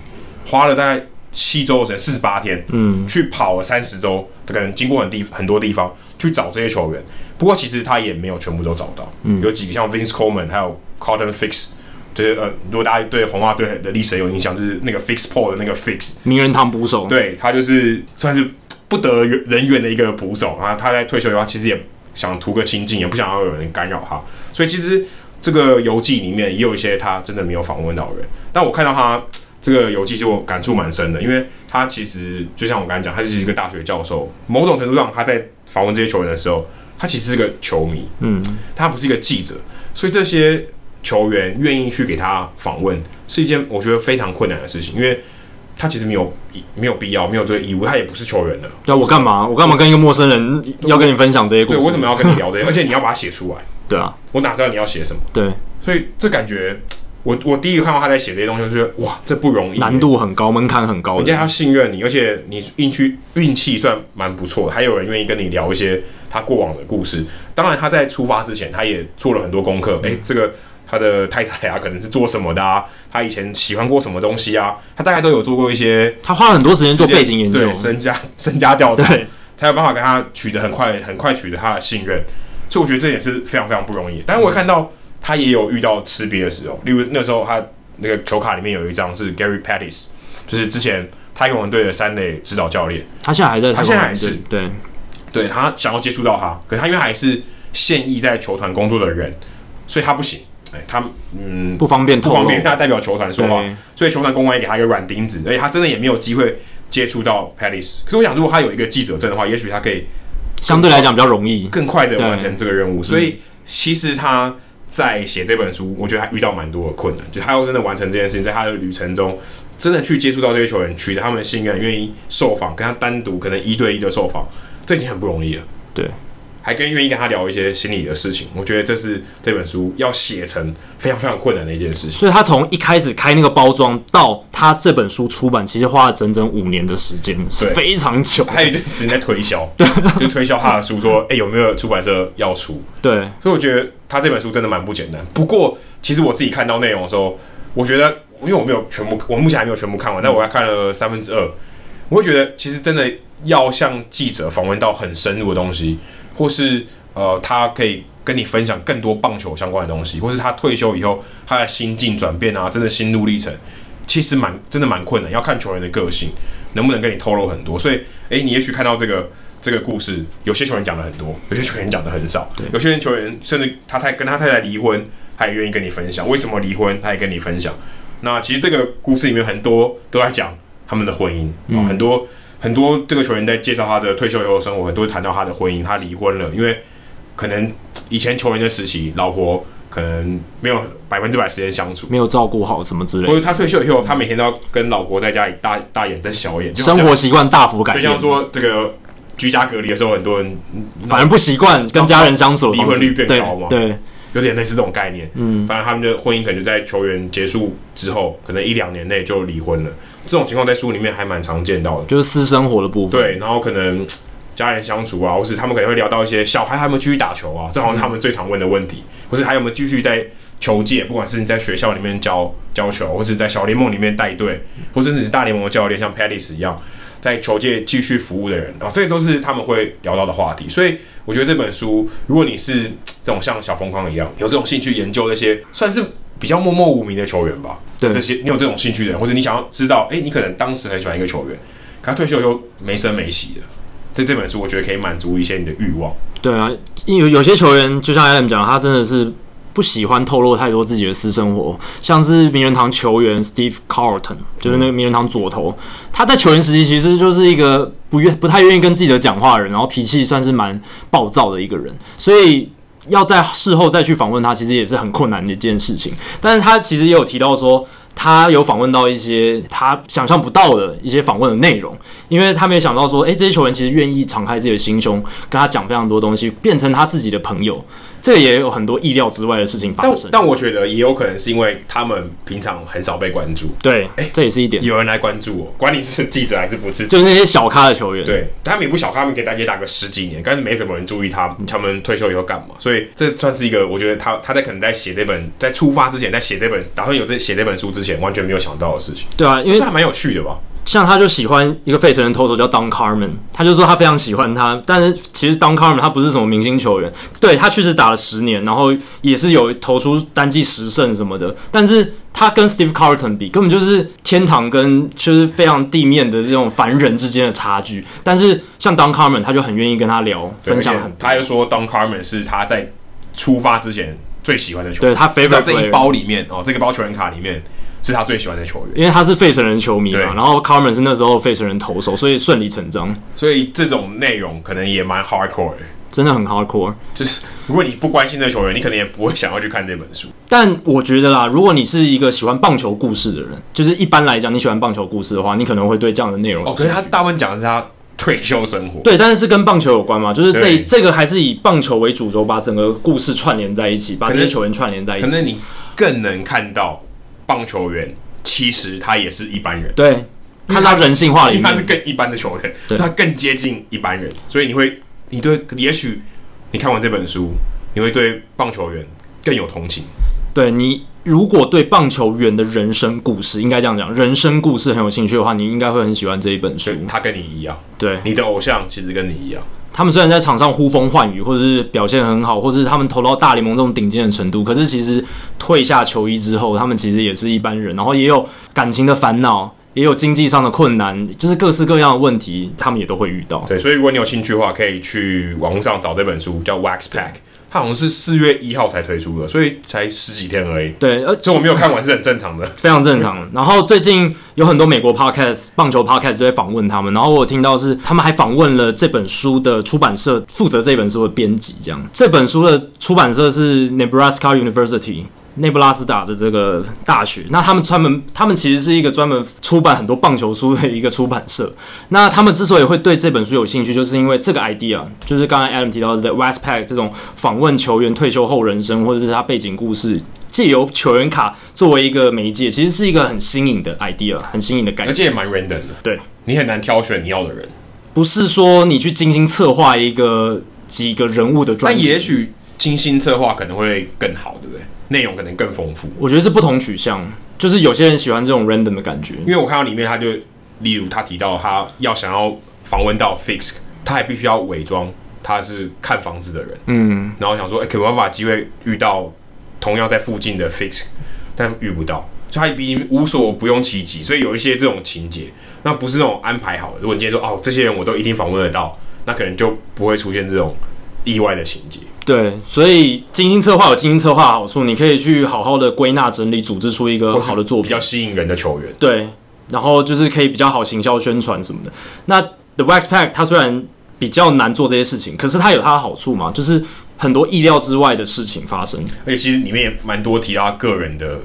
B: 花了大概七周的时间，四十八天，嗯，去跑了三十周，可能经过很地很多地方去找这些球员。不过其实他也没有全部都找到，嗯，有几个像 Vince Coleman 还有 Cotton Fix。就是呃，如果大家对红袜队的历史有印象，就是那个 Fix Paul 的那个 Fix，
A: 名人堂捕手，
B: 对他就是算是不得人缘的一个捕手啊。他在退休以后，他其实也想图个清静，也不想要有人干扰他，所以其实这个游记里面也有一些他真的没有访问到的人。但我看到他这个游记，其实我感触蛮深的，因为他其实就像我刚才讲，他就是一个大学教授，某种程度上他在访问这些球员的时候，他其实是个球迷，嗯，他不是一个记者，所以这些。球员愿意去给他访问，是一件我觉得非常困难的事情，因为他其实没有没有必要，没有这个义务，他也不是球员了。
A: 要我干嘛？我干嘛跟一个陌生人要跟你分享这些故
B: 对，
A: 事？
B: 为什么要跟你聊这些？而且 你要把它写出来，
A: 对啊，
B: 我哪知道你要写什么？
A: 对，
B: 所以这感觉，我我第一个看到他在写这些东西，我就觉得哇，这不容易，
A: 难。度很高，门槛很高
B: 人家要
A: 的。
B: 信任你，而且你运气运气算蛮不错的，还有人愿意跟你聊一些他过往的故事。当然，他在出发之前，他也做了很多功课。
A: 嗯
B: 诶、这个他的太太啊，可能是做什么的啊？他以前喜欢过什么东西啊？他大概都有做过一些
A: 他花了很多时间做背景研究，
B: 对身家 身家调查
A: 对，
B: 才有办法跟他取得很快很快取得他的信任，所以我觉得这也是非常非常不容易。
A: 嗯
B: 但是我也看到他也有遇到吃瘪的时候，例如那时候他那个球卡里面有一张是 Gary Pettis，就是之前太空人队的三垒指导教练，
A: 他现在还在台湾，
B: 他现在还是
A: 对，
B: 对他想要接触到他，可是他因为还是现役在球团工作的人，所以他不行，哎，他嗯
A: 对不方便透
B: 不
A: 露，
B: 方便跟他代表球团说话
A: 对，
B: 所以球团公关也给他一个软钉子，而且他真的也没有机会接触到 Pettis。可是我想，如果他有一个记者证的话，也许他可以
A: 相对来讲比较容易。
B: 更快的完成这个任务。
A: 嗯
B: 所以其实他在写这本书，我觉得他遇到蛮多的困难，就他要真的完成这件事情，在他的旅程中，真的去接触到这些球员，取得他们的信任，愿意受访，跟他单独可能一对一的受访，这已经很不容易了。
A: 对，
B: 还更愿意跟他聊一些心理的事情。我觉得这是这本书要写成非常非常困难的一件事情。
A: 所以他从一开始开那个包装到他这本书出版，其实花了整整五年的时间，是
B: 对
A: 非常久。
B: 还有一段时间在推销，就推销他的书说，哎、有没有出版社要出？
A: 对，
B: 所以我觉得他这本书真的蛮不简单。不过，其实我自己看到内容的时候，我觉得，因为我没有全部，我目前还没有全部看完，但我还看了三分之二，我会觉得其实真的要向记者访问到很深入的东西，或是呃，他可以跟你分享更多棒球相关的东西，或是他退休以后他的心境转变啊，真的心路历程，其实蛮真的蛮困难，要看球员的个性能不能跟你透露很多。所以，诶，你也许看到这个这个故事，有些球员讲的很多，有些球员讲的很少，有些人球员甚至他太跟他太太离婚，他也愿意跟你分享为什么离婚，他也跟你分享。那其实这个故事里面很多都在讲他们的婚姻，
A: 嗯
B: 哦很多很多这个球员在介绍他的退休以后的生活，都会谈到他的婚姻，他离婚了，因为可能呃以前球员的时期，老婆可能没有百分之百时间相处。
A: 没有照顾好什么之类
B: 或
A: 的，
B: 者他退休以后，他每天都要跟老婆在家里大大眼瞪小眼，就好
A: 生
B: 像
A: 活习惯大幅改
B: 就
A: 变
B: 像，说这个居家隔离的时候，很多人
A: 反而不习惯跟家人相处的方式，
B: 离婚率变高嘛
A: 对对，
B: 有点类似这种概念。嗯，反正他们的婚姻可能就在球员结束之后，可能一两年内就离婚了。这种情况在书里面还蛮常见到的。
A: 就是私生活的部分。
B: 对，然后可能家人相处啊，或是他们可能会聊到一些小孩还有没有继续打球啊，这好像是他们最常问的问题，或是还有没有继续在球界，不管是你在学校里面教教球，啊或是在小联盟里面带队，或甚至是大联盟的教练，像 Pettis 一样，在球界继续服务的人，啊，这些都是他们会聊到的话题。所以我觉得这本书，如果你是这种像小冯康一样有这种兴趣研究那些，算是。比较默默无名的球员吧，
A: 对
B: 这些你有这种兴趣的人，或者你想要知道，哎、你可能当时很喜欢一个球员，可他退休又没声没息了。在这本书，我觉得可以满足一些你的欲望。
A: 对啊，因为有有些球员就像 Adam 讲的，他真的是不喜欢透露太多自己的私生活，像是名人堂球员 Steve Carlton，就是那个名人堂左投，他在球员时期其实就是一个不愿不太愿意跟记者讲话的人，然后脾气算是蛮暴躁的一个人，所以。要在事后再去访问他，其实也是很困难的一件事情。但是他其实也有提到说，他有访问到一些他想象不到的一些访问的内容，因为他没有想到说，诶，这些球员其实愿意敞开自己的心胸，跟他讲非常多东西，变成他自己的朋友。这也有很多意料之外的事情发
B: 但
A: 生。
B: 但我觉得也有可能是因为他们平常很少被关注，
A: 对，这也是一点，
B: 有人来关注我，管你是记者还是不是。
A: 就是那些小咖的球员。
B: 对，他们也不小看，他们可以打也打个十几年，但是没什么人注意他
A: 嗯
B: 们。他们退休以后干嘛？所以这算是一个，我觉得他他在可能在写这本，在出发之前，在写这本，打算有这写这本书之前，完全没有想到的事情，
A: 对啊，因为
B: 这还蛮有趣的吧？
A: 像他就喜欢一个费城人投手叫 Don Carmen，他就说他非常喜欢他，但是其实 Don Carmen 他不是什么明星球员，对他确实打了十年，然后也是有投出单季十胜什么的，但是他跟 Steve Carlton 比，根本就是天堂跟就是非常地面的这种凡人之间的差距。但是像 Don Carmen 他就很愿意跟他聊，
B: 对
A: 分享
B: 而且
A: 很多
B: 他，又说 Don Carmen 是他在出发之前最喜欢的球员，
A: 对他
B: 是
A: favorite
B: 在这一
A: player
B: 包里面哦，这个包球员卡里面是他最喜欢的球员。
A: 因为他是费城人球迷
B: 对
A: 嘛，然后 Carmen 是那时候费城人投手，所以顺理成章，
B: 所以这种内容可能也蛮 hardcore 的。
A: 真的很 hardcore。
B: 就是如果你不关心这球员，你可能也不会想要去看这本书。
A: 但我觉得啦，如果你是一个喜欢棒球故事的人，就是一般来讲你喜欢棒球故事的话，你可能会对这样的内容有
B: 哦，可是
A: 兴
B: 他
A: 趣
B: 大部分讲的是他退休生活，
A: 对，但是是跟棒球有关嘛，就是这
B: 对
A: 这个还是以棒球为主轴，把整个故事串联在一起，把
B: 可
A: 这
B: 能
A: 些球员串联在一
B: 可能
A: 起。
B: 你更能看到棒球员其实他也是一般人，
A: 对，看他人性化的一
B: 因为他是
A: 面。
B: 更一般的球员，所
A: 对
B: 以他更接近一般人，所以你会，你对，也许你看完这本书，你会对棒球员更有同情。
A: 对你如果对棒球员的人生故事，应该这样讲，人生故事很有兴趣的话，你应该会很喜欢这一本书
B: 对。他跟你一样，
A: 对
B: 你的偶像其实跟你一样。
A: 他们虽然在场上呼风唤雨，或者是表现很好，或者是他们投到大联盟这种顶尖的程度，可是其实退下球衣之后，他们其实也是一般人，然后也有感情的烦恼，也有经济上的困难，就是各式各样的问题，他们也都会遇到。
B: 对，所以如果你有兴趣的话，可以去网络上找这本书，叫《Wax Pack》，它好像是四月一号才推出的，所以才十几天而已。
A: 对，呃，
B: 所以我没有看完是很正常的。
A: 非常正常。然后最近有很多美国 podcast 棒球 podcast 都在访问他们，然后我有听到是他们还访问了这本书的出版社，负责这本书的编辑。这样，这本书的出版社是 Nebraska University。内布拉斯达的这个大学，那他们专门，他们其实是一个专门出版很多棒球书的一个出版社。那他们之所以会对这本书有兴趣，就是因为这个 idea，就是刚才 Adam 提到的 Westpac 这种访问球员退休后人生，或者是他背景故事，借由球员卡作为一个媒介，其实是一个很新颖的 idea，很新颖的感
B: 而
A: 觉。
B: 且也蛮 random 的，
A: 对，
B: 你很难挑选你要的人。
A: 不是说你去精心策划一个几个人物的专
B: 但
A: 辑，
B: 也许精心策划可能会更好，对不对？内容可能更丰富，
A: 我觉得是不同取向，就是有些人喜欢这种 random 的感觉。
B: 因为我看到里面他就，例如他提到他要想要访问到 Fix，他还必须要伪装他是看房子的人，
A: 嗯，
B: 然后想说，哎、可有办法机会遇到同样在附近的 Fix，但遇不到，所以他已经无所不用其极。所以有一些这种情节，那不是那种安排好的。如果你今天说哦，这些人我都一定访问得到，那可能就不会出现这种意外的情节。
A: 对，所以精心策划有精心策划的好处，你可以去好好的归纳整理，组织出一个好的作
B: 比
A: 品
B: 较。吸引人的球员，
A: 对，然后就是可以比较好行销宣传什么的。那 The Wax Pack 它虽然比较难做这些事情，可是它有它的好处嘛，就是很多意料之外的事情发生。
B: 而且其实里面也蛮多提到他个人的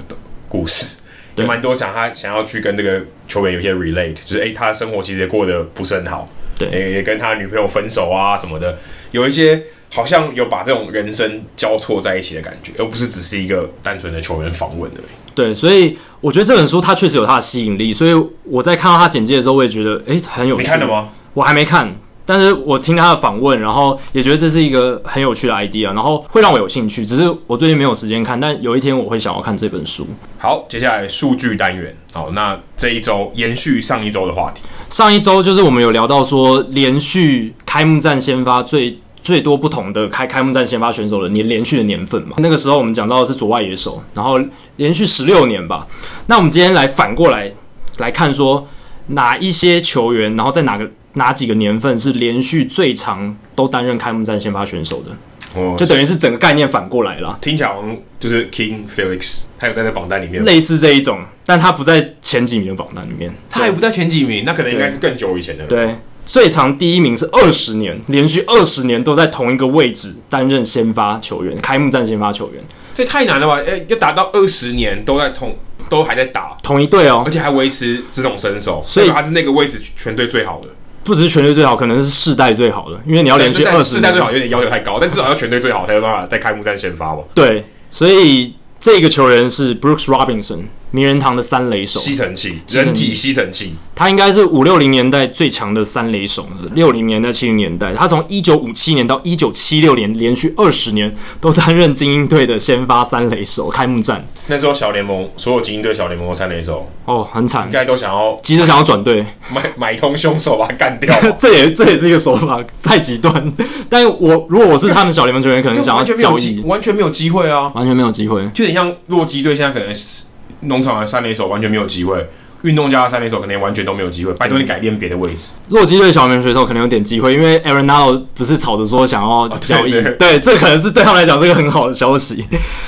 B: 故事，也蛮多想他想要去跟这个球员有些 relate，就是哎、诶他的生活其实也过得不是很好，
A: 对
B: 诶也跟他女朋友分手啊什么的，有一些好像有把这种人生交错在一起的感觉，而不是只是一个单纯的球员访问而已。
A: 对，所以我觉得这本书它确实有它的吸引力，所以我在看到它简介的时候，我也觉得诶很有趣。
B: 你看了？吗？
A: 我还没看，但是我听他的访问，然后也觉得这是一个很有趣的 idea，然后会让我有兴趣。只是我最近没有时间看，但有一天我会想要看这本书。
B: 好，接下来数据单元，好，那这一周延续上一周的话题，
A: 上一周就是我们有聊到说，连续开幕战先发最最多不同的开开幕战先发选手的年连续的年份嘛。那个时候我们讲到的是左外野手，然后连续十六年吧。那我们今天来反过来来看说，哪一些球员，然后在哪个哪几个年份是连续最长都担任开幕战先发选手的？
B: 哦，
A: 就等于是整个概念反过来了，
B: 听起来好像就是 King Felix，他有在那榜单里面吗，
A: 类似这一种，但它不在前几名的榜单里面。
B: 他还不在前几名，那可能应该是更久以前的了。
A: 对，最长第一名是二十年，连续二十年都在同一个位置担任先发球员，开幕战先发球员，
B: 这也太难了吧？哎、要打到二十年都在同都还在打，
A: 同一队哦
B: 而，且还维持这种身手，
A: 所以
B: 代表他是那个位置全队最好的。
A: 不只是全队最好，可能是世代最好的，因为你要连续
B: 但
A: 二
B: 但
A: 十
B: 世代最
A: 年，
B: 好有点要求太高，但至少要全队最好才有办法在开幕战先发吧。
A: 对，所以这个球员是 Brooks Robinson，名人堂的三垒手，
B: 吸尘器，人体吸尘器，
A: 他应该是五六零年代最强的三垒手，六零年代、七零年代，他从一九五七年到一九七六年，连续二十年都担任精英队的先发三垒手，开幕战
B: 那时候小联盟所有精英队小联盟的三垒手，
A: 哦，很惨
B: 应，该都想要
A: 急着想要转队，。
B: 买 买通凶手把他干掉吧
A: 这也这也是一个手法，太极端。但我如果我是他们小联盟球员，可能
B: 就
A: 想要
B: 完全没有
A: 交
B: 机，
A: 易，
B: 完全没有机会啊！
A: 完全没有机会。
B: 就有点像洛基队现在可能是农场的三垒手完全没有机会，运动家的三垒手可能完全都没有机会。拜托你改练别的位置。
A: 洛基队小联盟选手可能有点机会，因为 Aaron Nado 不是吵着说想要交易，
B: 对对
A: 哦对，这可能是对他们来讲是个很好的消息。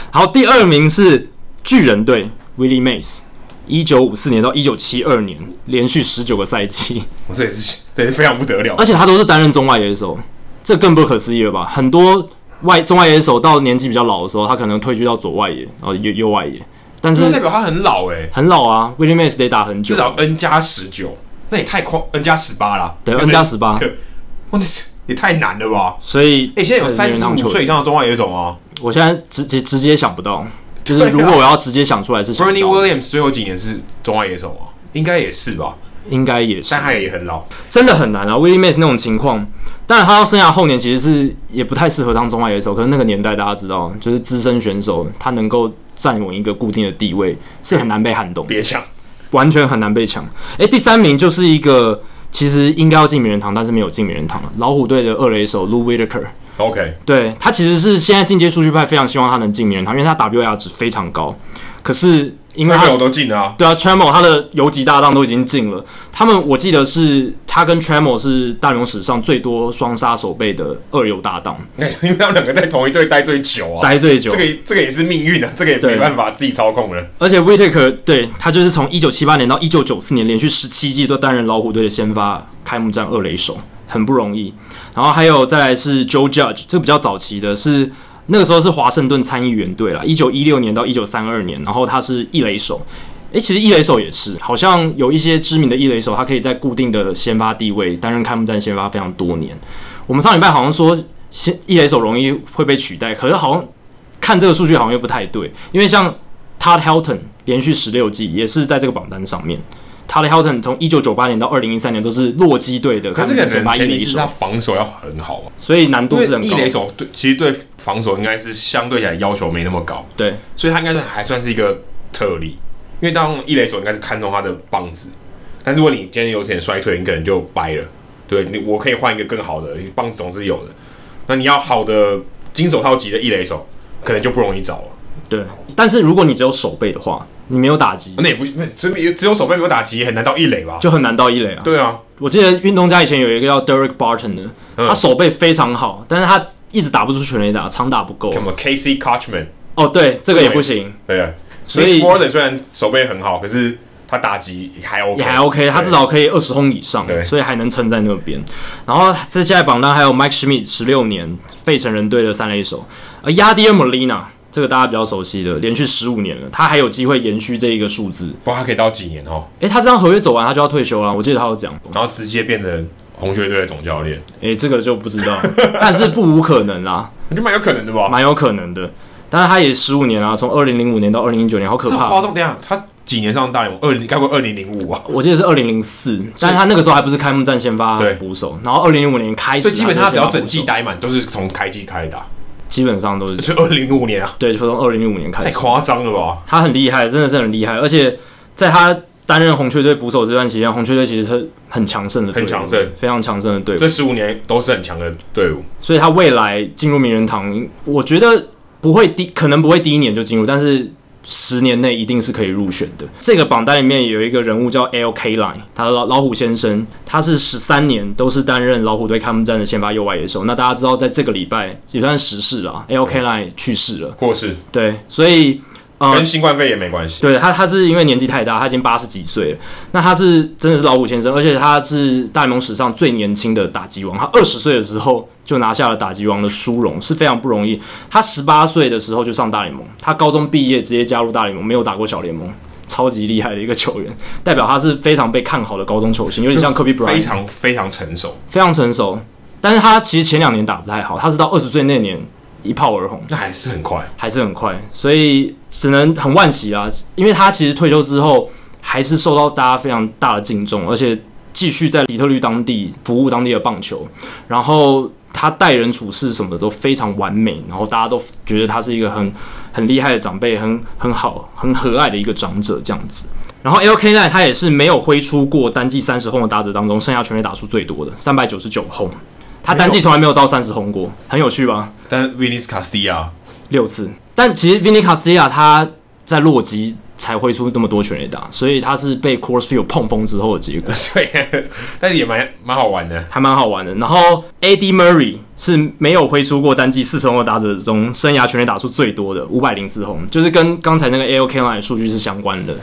A: 好，第二名是巨人队 Willie Mays，一九五四年到一九七二年，连续十九个赛季，
B: 我这也是这也是非常不得了
A: 而。且他都是担任中外野手，这更不可思议了吧？很多外中外野手到年纪比较老的时候，他可能退居到左外野，然后右右外野，但是
B: 这代表他很老哎、
A: 很老啊，Willie Mays 得打很久，
B: 至少 N 加十九，那也太夸 N 加十八啦。
A: 对
B: 不
A: N 加十八，
B: 对，哇，那这也太难了吧？
A: 所以
B: 哎、现在有三十
A: 名人堂
B: 五
A: 球员
B: 岁以上的中外野手吗
A: 我现在直直直接想不到，就是
B: 对啊
A: 如果我要直接想出来是想不
B: ？Bernie
A: 到的，
B: Williams 最后几年是中外野手吗？应该也是吧，
A: 应该也是
B: 但，他也很老。
A: 真的很难啊。Willie Mays 那种情况，当然他到生涯后年其实是也不太适合当中外野手，可是那个年代大家知道，就是资深选手他能够站稳一个固定的地位是很难被撼动的，
B: 别抢，
A: 完全很难被抢。诶，第三名就是一个其实应该要进名人堂，但是没有进名人堂了，老虎队的二垒手 Lou Whitaker。
B: OK，
A: 对他其实是现在进阶数据派非常希望他能进名人堂，因为他 WAR 值非常高。可是因为
B: 三
A: 他
B: 垒我都进了啊。
A: 对啊 t r e m o 他的游击搭档都已经进了，他们我记得是他跟 t r e m o 是大联盟史上最多双杀手背的二游搭档，
B: 因为他们两个在同一队待最久啊，
A: 待最久。
B: 这个这个也是命运啊，这个也
A: 对
B: 没办法自己操控了。
A: 而且 Whitaker 对他就是从一九七八年到一九九四年，连续十七季都担任老虎队的先发开幕战二垒手，很不容易。然后还有再来是 Joe Judge，这个比较早期的是那个时候是华盛顿参议员队啦，一九一六年到一九三二年，然后他是一垒手。诶，其实一垒手也是，好像有一些知名的一垒手，他可以在固定的先发地位担任开幕战先发非常多年。我们上礼拜好像说先一垒手容易会被取代，可是好像看这个数据好像又不太对，因为像 Todd Helton 连续十六季也是在这个榜单上面。Todd Helton 从一九九八年到二零一三年都是洛基队的
B: 可
A: 开
B: 是
A: 幕战
B: 这个
A: 先
B: 人
A: 发一
B: 前
A: 垒
B: 提是他
A: 手，
B: 防守要很好啊，
A: 所以难度
B: 因
A: 是很
B: 为
A: 高
B: 一垒手对其实对防守应该是相对起来要求没那么高，
A: 对。
B: 所以他应该是还算是一个特例。因为当一垒手应该是看中他的棒子，但如果你今天有点衰退，你可能就掰了。对你，我可以换一个更好的棒子，总是有的。那你要好的金手套级的一垒手，可能就不容易找了。
A: 对，但是如果你只有手背的话，你没有打击，
B: 那也不那所以只有手背没有打击，也很难到一垒吧？
A: 就很难到一垒啊。
B: 对啊，
A: 我记得运动家以前有一个叫 Derek Barton 的，
B: 嗯
A: 他手背非常好，但是他一直打不出全垒打，长打不够
B: 什。么 Casey Kochman，
A: 哦，对，这个也不行，
B: 对啊。
A: 所
B: 所
A: 以
B: 以 Warden 虽然手背很好，可是他打击还 OK，
A: 也还 OK，他至少可以二十轰以上，
B: 对
A: 所以还能撑在那边。然后在下在榜单还有 Mike Schmidt 十六年费城人队的三垒手，呃，Yadier Molina 这个大家比较熟悉的，连续十五年了，他还有机会延续这一个数字。
B: 不过他可以到几年哦，
A: 诶，他这张合约走完，他就要退休了，啊我记得他有讲。
B: 然后直接变成红雀队的总教练，
A: 诶，这个就不知道，但是不无可能啦。
B: 我觉得蛮有可能的吧？
A: 蛮有可能的。但是他也十五年啊，从二零零五年到二零一九年，好可
B: 这
A: 怕
B: 夸。张，等一下他几年上大联盟？二零，该不会二零零五啊？
A: 我记得是二零零四，但是他那个时候还不是开幕战先发
B: 对
A: 捕手，然后二零零五年开始，
B: 所以基本上他只要整季
A: 打，
B: 待满，都是从开季开打，
A: 基本上都是这样
B: 就二零零五年啊，
A: 对，就从二零零五年开
B: 太
A: 始，
B: 夸张了吧？
A: 他很厉害，真的是很厉害。而且在他担任红雀队捕手这段期间，红雀队其实是很强盛的队伍，
B: 很强盛
A: 非常强盛的队伍
B: 这。十五年都是很强的队伍，
A: 所以他未来进入名人堂，我觉得不会第，可能不会第一年就进入，但是十年内一定是可以入选的。这个榜单里面有一个人物叫 L K Line，他老老虎先生，他是十三年都是担任老虎队开幕战的先发右外野手。那大家知道，在这个礼拜也算时事啦，L K Line 去世了，
B: 或是
A: 对，所以呃
B: 跟新冠肺炎没关系。
A: 对他，他是因为年纪太大，他已经八十几岁了。那他是真的是老虎先生，而且他是大联盟史上最年轻的打击王。他二十岁的时候就拿下了打击王的殊荣，是非常不容易。他十八岁的时候就上大联盟，他高中毕业直接加入大联盟，没有打过小联盟，超级厉害的一个球员，代表他是非常被看好的高中球星，有点像科比布莱
B: 非
A: 恩，
B: 常非常成熟，
A: 非常成熟。但是他其实前两年打不太好，他是到二十岁那年一炮而红。
B: 那还是很快。
A: 还是很快，所以只能很惋惜啊，因为他其实退休之后还是受到大家非常大的敬重，而且继续在底特律当地服务当地的棒球，然后他待人处事什么的都非常完美，然后大家都觉得他是一个很很厉害的长辈，很很好、很和蔼的一个长者这样子。然后 L K 奈他也是没有挥出过单季三十轰的打者当中，剩下全垒打数最多的三百九十九轰，他单季从来没有到三十轰过，很有趣吧？
B: 但是 Vinny Castilla
A: 六次。但其实 Vinny Castilla 他在洛基才挥出那么多全垒打，所以他是被 c o r s f i e l d 碰崩之后的结果，
B: 对，但是也蛮蛮好玩的。
A: 还蛮好玩的。然后 AD Murray 是没有挥出过单季四十轰的打者中，生涯全垒打数最多的五百零四轰，就是跟刚才那个 AOK line 的数据是相关的。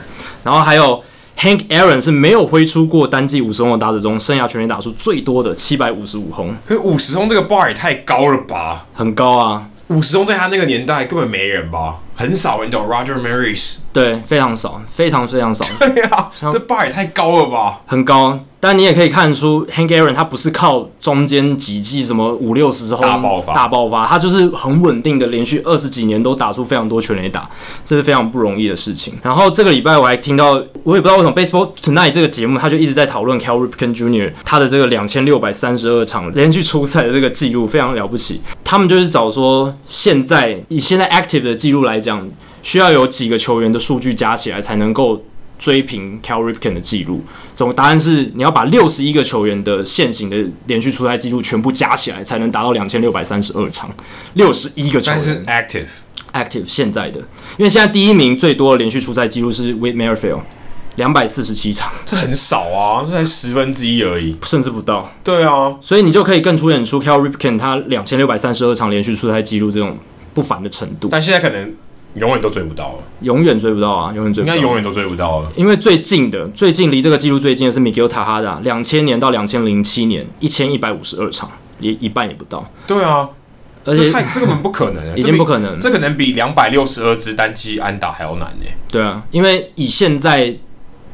A: 然后还有 Hank Aaron 是没有挥出过单季五十轰的打者中，生涯全垒打数最多的七百五十五轰，
B: 可是五十轰这个 bar 也太高了吧？
A: 很高啊。
B: 五十轰在他那个年代根本没人吧，很少人懂 Roger Maris。
A: 对，非常少，非常非常少。
B: 对啊，这 bar 也太高了吧？
A: 很高，但你也可以看出 Hank Aaron 他不是靠中间几季什么五六十轰
B: 大爆发
A: 大爆发，他就是很稳定的连续二十几年都打出非常多全垒打，这是非常不容易的事情。然后这个礼拜我还听到，我也不知道为什么 Baseball Tonight 这个节目他就一直在讨论 Cal Ripken Jr. 他的这个两千六百三十二场连续出赛的这个记录非常了不起，他们就是找说现在以现在 active 的记录来讲，需要有几个球员的数据加起来才能够。追平 Cal Ripken 的记录，总答案是你要把六十一个球员的现行的连续出赛记录全部加起来，才能达到两千六百三十二场，六十一个球
B: 但
A: 员
B: 是 active
A: active 现在的，因为现在第一名最多的连续出赛记录是 Whit Merrifield，两百四十七场，
B: 这很少啊，这才十分之一而已。
A: 甚至不到，
B: 对啊，
A: 所以你就可以更凸显出 Cal Ripken 他两千六百三十二场连续出赛记录这种不凡的程度，
B: 但现在可能永远都追不到了，
A: 永远追不到啊，永远追
B: 应
A: 不到，
B: 该永远都追不到了。
A: 因为最近的，最近离这个记录最近的是 Miguel Tejada，两千年到两千零七年，一千一百五十二场，也一半也不到。
B: 对啊，
A: 而
B: 这
A: 且
B: 太这根本不可能了，啊
A: 已
B: 这
A: 经
B: 比
A: 不可能了
B: 这可能比两百六十二支单击安打还要难呢、
A: 对啊，因为以现在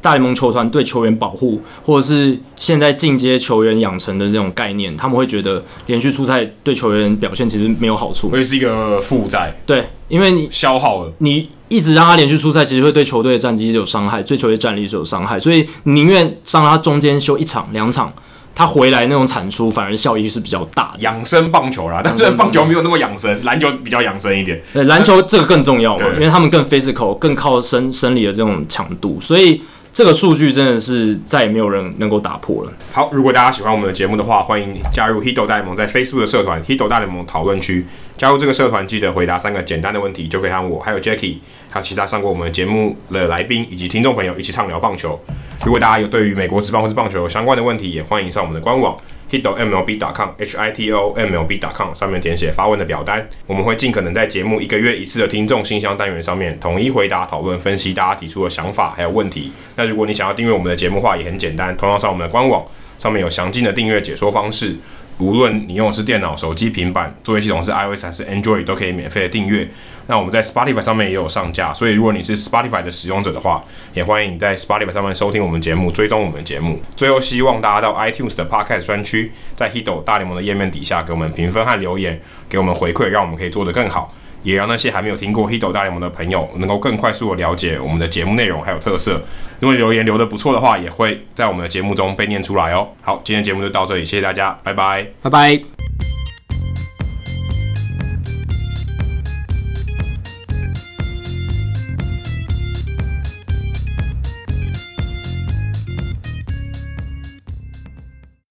A: 大联盟球团对球员保护，或者是现在进阶球员养成的这种概念，他们会觉得连续出赛对球员表现其实没有好处。
B: 会是一个负债
A: 对，因为你
B: 消耗了。
A: 你一直让他连续出赛，其实会对球队的战绩有伤害，对球队战力是有伤害，所以宁愿让他中间休一场两场，他回来那种产出反而效益是比较大的。
B: 养生棒球啦，但是棒球没有那么养生，篮球比较养生一点。
A: 对，篮球这个更重要嘛，
B: 对
A: 因为他们更 physical，更靠生生理的这种强度，所以这个数据真的是再也没有人能够打破了。
B: 好，如果大家喜欢我们的节目的话，欢迎加入 Hido 大联盟在 Facebook 的社团 Hido 大联盟讨论区。加入这个社团，记得回答三个简单的问题，就可以和我、还有 Jackie、还有其他上过我们节目的来宾以及听众朋友一起畅聊棒球。如果大家有对于美国职棒或是棒球有相关的问题，也欢迎上我们的官网 hito mlb.com h i t o mlb.com 上面填写发问的表单，我们会尽可能在节目一个月一次的听众信箱单元上面统一回答、讨论、分析大家提出的想法还有问题。那如果你想要订阅我们的节目的话，也很简单，同样上我们的官网，上面有详尽的订阅解说方式。无论你用的是电脑、手机、平板，作业系统是 iOS 还是 Android，都可以免费的订阅。那我们在 Spotify 上面也有上架，所以如果你是 Spotify 的使用者的话，也欢迎你在 Spotify 上面收听我们节目，追踪我们节目。最后，希望大家到 iTunes 的 Podcast 专区，在 Hido 大联盟的页面底下给我们评分和留言，给我们回馈，让我们可以做得更好。也让那些还没有听过《Hido 大联盟》的朋友能够更快速的了解我们的节目内容还有特色。如果留言留的不错的话，也会在我们的节目中被念出来哦。好，今天的节目就到这里，谢谢大家，拜拜。
A: 拜拜。